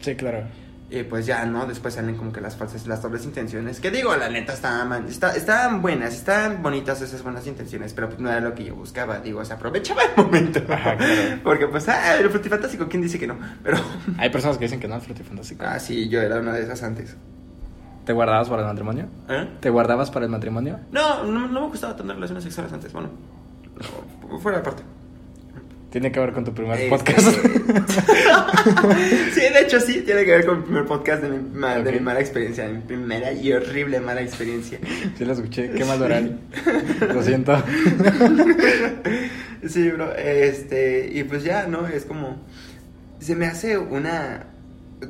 Sí, claro. Y pues ya, ¿no? Después salen como que las falsas, las dobles intenciones. Que digo, la neta, estaban, está, estaban buenas, estaban bonitas esas buenas intenciones, pero pues no era lo que yo buscaba. Digo, se aprovechaba el momento. Ajá, claro. Porque pues, ah, el frutifantástico, ¿quién dice que no? Pero, Hay personas que dicen que no es frutifantástico. ah, sí, yo era una de esas antes. ¿Te guardabas para el matrimonio? ¿Eh? ¿Te guardabas para el matrimonio? No, no, no me gustaba tener relaciones sexuales antes, bueno. no, fuera de parte. Tiene que ver con tu primer Este- podcast. sí, de hecho sí, tiene que ver con el primer podcast de mi, ma- de Ok. mi mala experiencia, de mi primera y horrible mala experiencia. sí, lo escuché. Qué mal oral. Lo siento. Sí, bro, este, y pues ya, ¿no? Es como, se me hace una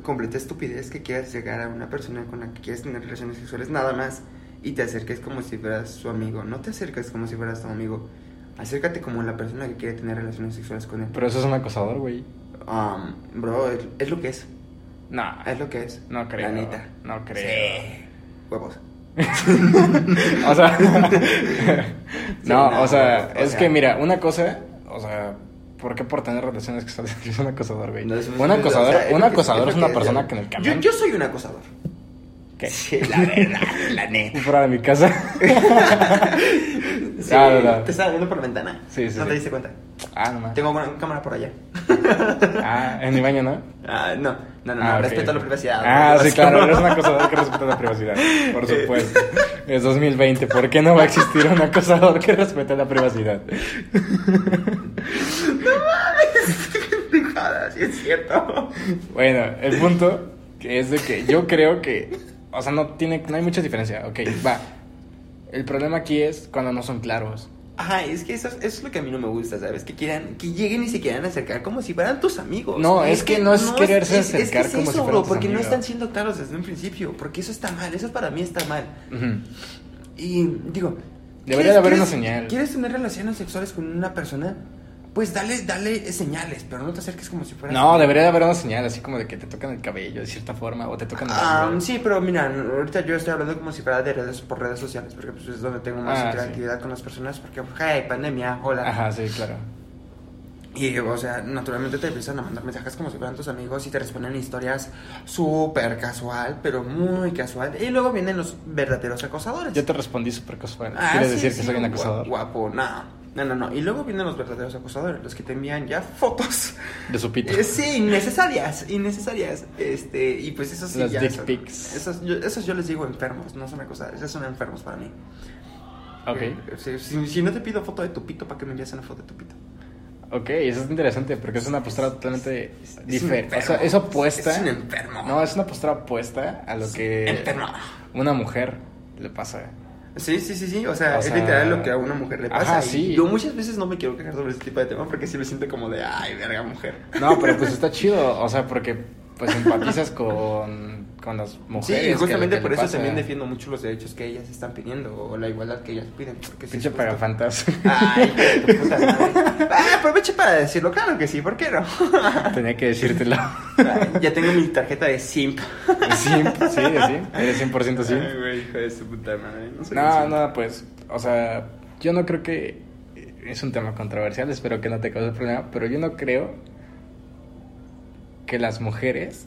completa estupidez que quieras llegar a una persona con la que quieres tener relaciones sexuales nada más y te acerques como si fueras su amigo, no te acerques como si fueras tu amigo, acércate como la persona que quiere tener relaciones sexuales con él. Pero eso es un acosador, güey. Um, bro, es, es lo que es, Nah. es lo que es. No creo. La neta. No creo. Sí. Huevos. O sea, no, no, o sea, o es sea. que mira, una cosa, o sea, ¿por qué por tener relaciones sexuales eres un acosador, güey? No, es- un es- acosador, o sea, es un lo que- acosador lo es, una que- persona que en el camión Yo, yo soy un acosador. ¿Qué? Sí, la verdad, la neta. fuera de mi casa. Sí, Ah, ¿verdad? te estaba viendo por la ventana. Sí, sí, No sí. te diste cuenta. ah, no mames. Tengo una cámara por allá. Ah, en mi baño, ¿no? Ah, no, no, no, no, Ah, ok. respeto a la privacidad. Ah, No, sí, no, claro, no. eres un acosador que respeta la privacidad. Por supuesto. Es 2020, ¿por qué no va a existir un acosador que respete la privacidad? Pendejada, sí es cierto. Bueno, el punto que es de que yo creo que, o sea, no tiene, no hay mucha diferencia. Ok, va. El problema aquí es cuando no son claros. Ajá, es que eso, es- eso es lo que a mí no me gusta, ¿sabes? Que quieran, que lleguen y se quieran acercar como si fueran tus amigos. No, es que no es quererse acercar es como si eso, fueran bro, tus Porque no amigos. están siendo claros desde un principio, porque eso está mal, eso para mí está mal. Ujú. Y digo, ¿quieres- Debería de haber una quieres- señal. ¿Quieres tener relaciones sexuales con una persona? Pues dale, dale señales, pero no te acerques como si fueras. No, debería de haber una señal así como de que te tocan el cabello de cierta forma o te tocan el Ah, hombro. sí, pero mira, ahorita yo estoy hablando como si fuera de redes por redes sociales, porque pues es donde tengo más Ah, interactividad con las personas, porque hey, pandemia, hola. Ajá, sí, claro. Y o sea, naturalmente te empiezan a mandar mensajes como si fueran tus amigos y te responden historias súper casual, pero muy casual. Y luego vienen los verdaderos acosadores. Yo te respondí súper casual. Ah, ¿Quieres sí, decir sí, que soy un gua- acosador? Guapo, no. No, no, no. Y luego vienen los verdaderos acosadores, los que te envían ya fotos. De su pito. Eh, sí, innecesarias, innecesarias. Este, y pues esos sí Las ya dick son- pics. Esos yo, esos yo les digo enfermos, no son acosadores, esos son enfermos para mí. Ok, Eh, Si, si- si no te pido foto de tu pito, ¿para que me envías una foto de tu pito? ok, eso es interesante porque es una postura totalmente Es un diferente. O sea, enfermo. es opuesta. Es un enfermo. No, es una postura opuesta a lo que Enfermo. una mujer le pasa. Sí, sí, sí, sí. O sea, O es sea, literal lo que a una mujer le ajá, pasa. y sí. Yo muchas veces no me quiero quejar sobre este tipo de tema porque sí me siento como de, ay, verga, mujer. No, pero pues está chido, o sea, porque pues empatizas con, con las mujeres. Sí, que- y justamente que por le eso pasa. también defiendo mucho los derechos que ellas están pidiendo o la igualdad que ellas piden. Porque sí Pinche es justo. pagafantas. Ay, hijo de tu puta madre. Ah, aproveche para decirlo, claro que sí, ¿por qué no? Tenía que decírtelo. Ay, ya tengo mi tarjeta de simp. Sí, sí, sí, eres 100% sí. Ay, güey, hijo de su puta madre. No, soy un No, simp. no, pues, o sea, yo no creo que eh, es un tema controversial, espero que no te cause problema, pero yo no creo que las mujeres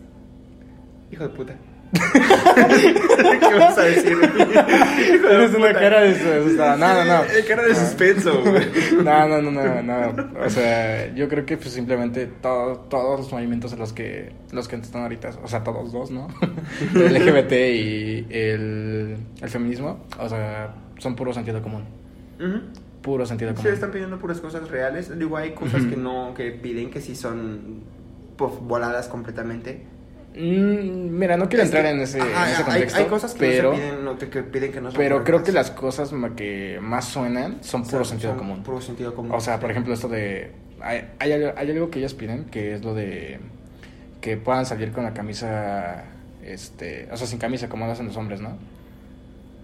Hijo de puta. ¿Qué vas a decir? Hijo de Tienes una puta. cara de asustada. No, no, Ah. no. Sí, Cara de No. suspenso, güey. No, no, no, no, no. O sea, yo creo que pues simplemente todo- todos los movimientos a los que los que están ahorita, o sea, todos dos, ¿no? El LGBT y el, el feminismo, o sea, son puro sentido común. Ujú. Puro sentido Sí, común. están pidiendo puras cosas reales. Digo, hay cosas Ujú. que no, que piden que sí son pues, voladas completamente. Mm, mira, no quiero Es que- entrar en ese, ajá, en ese hay- contexto. Hay, cosas que, pero, no se piden, no, que, que piden que no son pero creo correctas. que las cosas ma- que más suenan son O sea, puro sentido son común. Puro sentido común. O sea, por ejemplo, esto de. Hay, hay, algo- hay algo que ellas piden, que es lo de. Que puedan salir con la camisa. Este. O sea, sin camisa, como lo hacen los hombres, ¿no?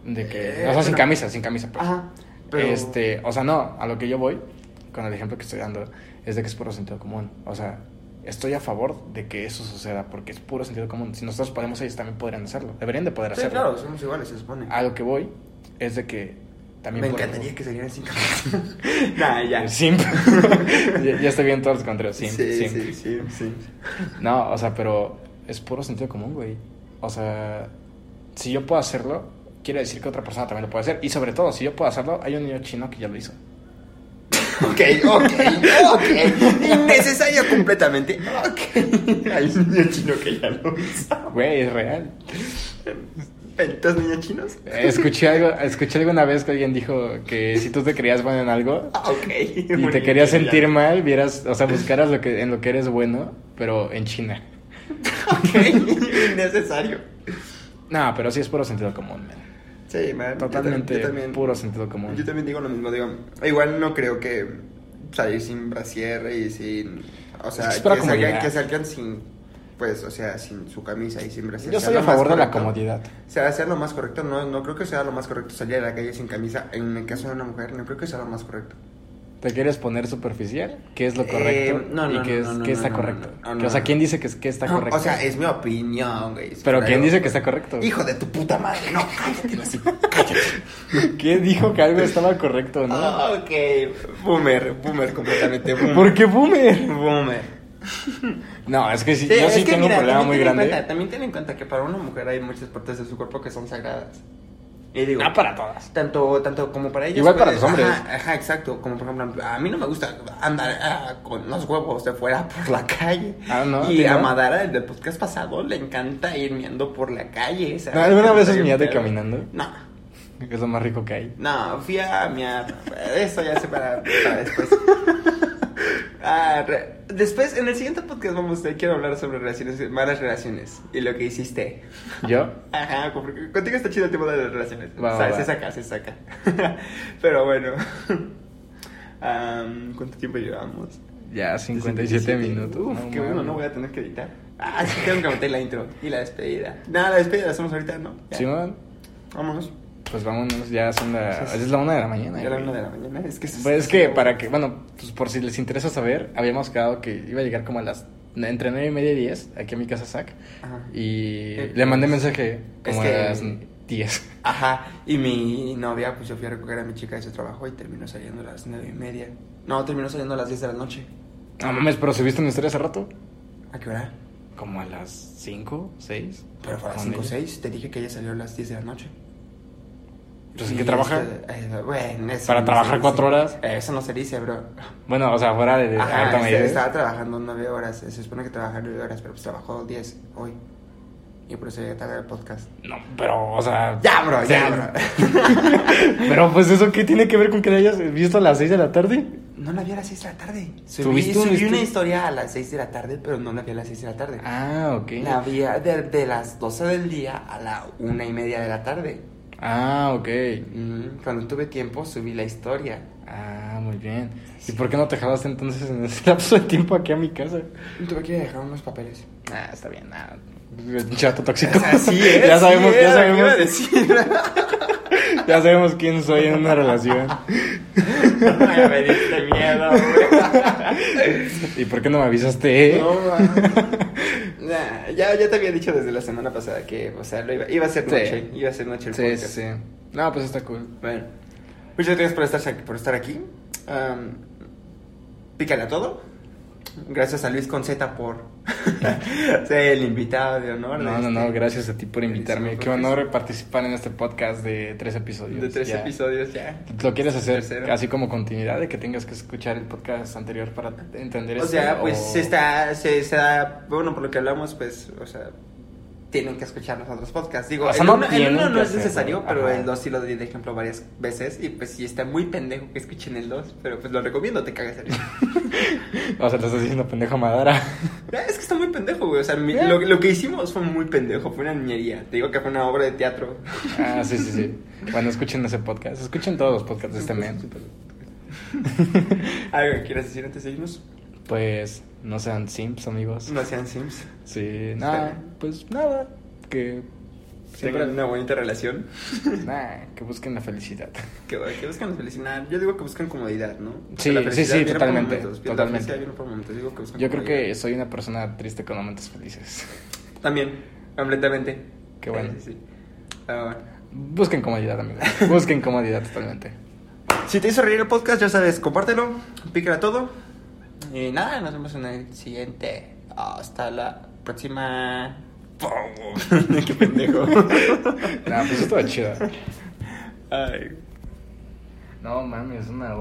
De que. Eh, o sea, sin bueno. camisa, sin camisa, pues. Ajá. Pero... Este. O sea, no, a lo que yo voy, con el ejemplo que estoy dando, es de que es puro sentido común. O sea, estoy a favor de que eso suceda, porque es puro sentido común. Si nosotros podemos, ellos también podrían hacerlo. Deberían de poder Sí, hacerlo. claro, somos iguales, se supone. A lo que voy, es de que. También Me por- encantaría que salieran sin camisa. nah, ya. el simp. ya, ya estoy bien todos los contrarios. Simp, sí, simp. sí, sí, sí. No, o sea, pero es puro sentido común, güey. O sea, si yo puedo hacerlo, quiere decir que otra persona también lo puede hacer. Y sobre todo, si yo puedo hacerlo, hay un niño chino que ya lo hizo. Ok, ok, ok. Innecesario completamente. Ok. Hay un niño chino que ya lo hizo. Güey, es real. ¿Benditos niños chinos? Escuché algo, escuché alguna vez que alguien dijo que si tú te creías bueno en algo Ah, ok. y te querías sentir mal, vieras, o sea, buscaras lo que, en lo que eres bueno, pero en China. Ok, innecesario. No, pero sí es puro sentido común, man. Sí, man. Totalmente yo también, puro sentido común. Yo también digo lo mismo, digo, igual no creo que salir sin brasier y sin, o sea, Es que es para que, salgan, comodidad. que salgan sin, pues, o sea, sin su camisa y sin brasier. Yo sea soy lo a favor más de la correcto. comodidad. O sea, sea lo más correcto, no, no creo que sea lo más correcto salir a la calle sin camisa, en el caso de una mujer, no creo que sea lo más correcto. ¿Te quieres poner superficial? ¿Qué es lo Eh, correcto? no, no, ¿Y no, qué, es- no, qué no, está no, correcto? no, no, Que, o sea, no. ¿quién dice que, es- que está No, correcto? O sea, es mi opinión, güey. Pero ¿quién dice que está correcto? correcto? Hijo de tu puta madre, no, cállate, no sé. ¿Qué dijo que algo estaba correcto, no? Ah, ok, boomer, boomer completamente, boomer. ¿Por qué boomer? Boomer. No, es que sí, Sí, yo es sí que tengo mira, un problema también ten muy en grande. cuenta- también ten en cuenta que para una mujer hay muchas partes de su cuerpo que son sagradas. Y digo, Ah, para todas. tanto, tanto como para ellos. Igual para pues, los hombres. Ajá, ajá, exacto. Como por ejemplo, a mí no me gusta andar ah, con los huevos de fuera por la calle. Ah, ¿no? Y ¿Sí, no? a Madara, el del podcast pasado, le encanta ir miando por la calle. ¿sabes? ¿No, alguna vez has Soy un miado y perro. caminando? No, Que es lo más rico que hay. no, fui a miar. Eso ya se para, para después. Ah, re- después, en el siguiente podcast vamos a quiero hablar sobre relaciones, malas relaciones y lo que hiciste. ¿Yo? Ajá, porque contigo está chido el tema de las relaciones. Va, O sea, va. se saca, se saca. Pero bueno. Am, ¿Cuánto tiempo llevamos? Ya, 57 minutos. Uf, qué bueno, mames. no voy a tener que editar. Ah, sí, tengo que meter la intro y la despedida. Nada, la despedida la hacemos ahorita, ¿no? Ya. Simón, Vámonos. pues vámonos, ya son la... Sí, sí. Es la una de la mañana. Ya la güey. una de la mañana. Es que, Pues es que para que, bueno, pues por si les interesa saber, habíamos quedado que iba a llegar como a las entre nueve y media y 10 aquí a mi casa Zach Ajá. y Eh, le mandé pues, mensaje como es que- a las 10. Ajá, y mi novia, pues yo fui a recoger a mi chica de su trabajo y terminó saliendo a las nueve y media. No, terminó saliendo a las 10 de la noche. No mames, pero subiste una historia hace rato. ¿A qué hora? Como a las 5, 6. Pero fue a las 5 o 6, te dije que ella salió a las 10 de la noche. Entonces, Y Pues, ¿en qué trabaja? este, eh, bueno, eso ¿Para no trabajar se dice. cuatro horas? Eh, Eso no se dice, bro. Bueno, o sea, fuera de... Ajá, ahorita me este, dices. estaba trabajando 9 horas, se supone que trabajaba 9 horas, pero pues trabajó 10 hoy. Y por eso llegué tarde al podcast. No, pero, o sea... Ya, bro, ya, bro. pero pues eso, ¿qué tiene que ver con que la hayas visto a las 6 de la tarde? No la vi a las 6 de la tarde. Subí, ¿Tuviste un subí estu- una historia a las 6 de la tarde, pero no la vi a las 6 de la tarde. Ah, ok. La vi a- de, de las 12 del día a la una y media de la tarde. Ah, ok. Mm, Cuando tuve tiempo subí la historia. Ah, muy bien. ¿Y por qué no te jalaste entonces en ese lapso de tiempo aquí a mi casa? Tuve que dejar unos papeles. Ah, está bien, nada. Chato tóxico. Así es. ya sabemos, sí ya era lo que iba a sabemos, decir. ya sabemos quién soy en una relación. Ay, me diste miedo, güey. ¿Y por qué no me avisaste? No, man. Nah, ya, ya te había dicho desde la semana pasada que, o sea, lo iba, iba a ser Sí. noche. Iba a ser noche el sí, sí, podcast. sí. No, pues está cool. Bueno, muchas gracias por estar aquí. Por estar aquí. Am, pícale a todo. Gracias a Luis Conceta por ser el invitado de honor. de No, no, este- no, gracias a ti por invitarme. Buenísimo, Qué honor participar en este podcast de tres episodios. De tres ya. episodios ya. ¿Lo quieres Es el hacer tercero. así como continuidad de que tengas que escuchar el podcast anterior para entender O este, sea, pues o- se está, se, se da, bueno, por lo que hablamos, pues, o sea, tienen que escuchar los otros podcasts. Digo, O sea, el, no uno, el tienen uno no que es necesario, hacerlo, pero ajá. el 2 sí lo di de ejemplo varias veces. Y pues sí está muy pendejo que escuchen el 2, pero pues lo recomiendo, te cagas de risa. O sea, te estás diciendo pendejo madera. Ah, Es que está muy pendejo, güey. O sea, mi- Ya. lo, lo que hicimos fue muy pendejo, fue una niñería. Te digo que fue una obra de teatro. Ah, sí, sí, sí. Bueno, escuchen ese podcast. Escuchen todos los podcasts de este mes. ¿Algo que quieras decir antes de irnos? Pues no sean simps, amigos. No sean sims. Sí, nada, pues nada. Que siempre. Tengan una bonita relación. Nah, que busquen la felicidad. Que, que buscan la felicidad. Yo digo que buscan comodidad, ¿no? Porque Sí, la sí, felicidad viene sí, por totalmente, momentos, viene- La totalmente. felicidad viene por momentos. Digo que buscan Yo creo comodidad. que soy una persona triste con momentos felices. También, completamente. Qué bueno. Sí, sí, sí. Ah, bueno. Busquen comodidad, amigos. Busquen comodidad totalmente. Si te hizo reír el podcast, ya sabes, compártelo, pícala todo. Y nada, nos vemos en el siguiente. Hasta la próxima. ¡Qué pendejo! Nah, pues esto es chido. Ay. No mames, una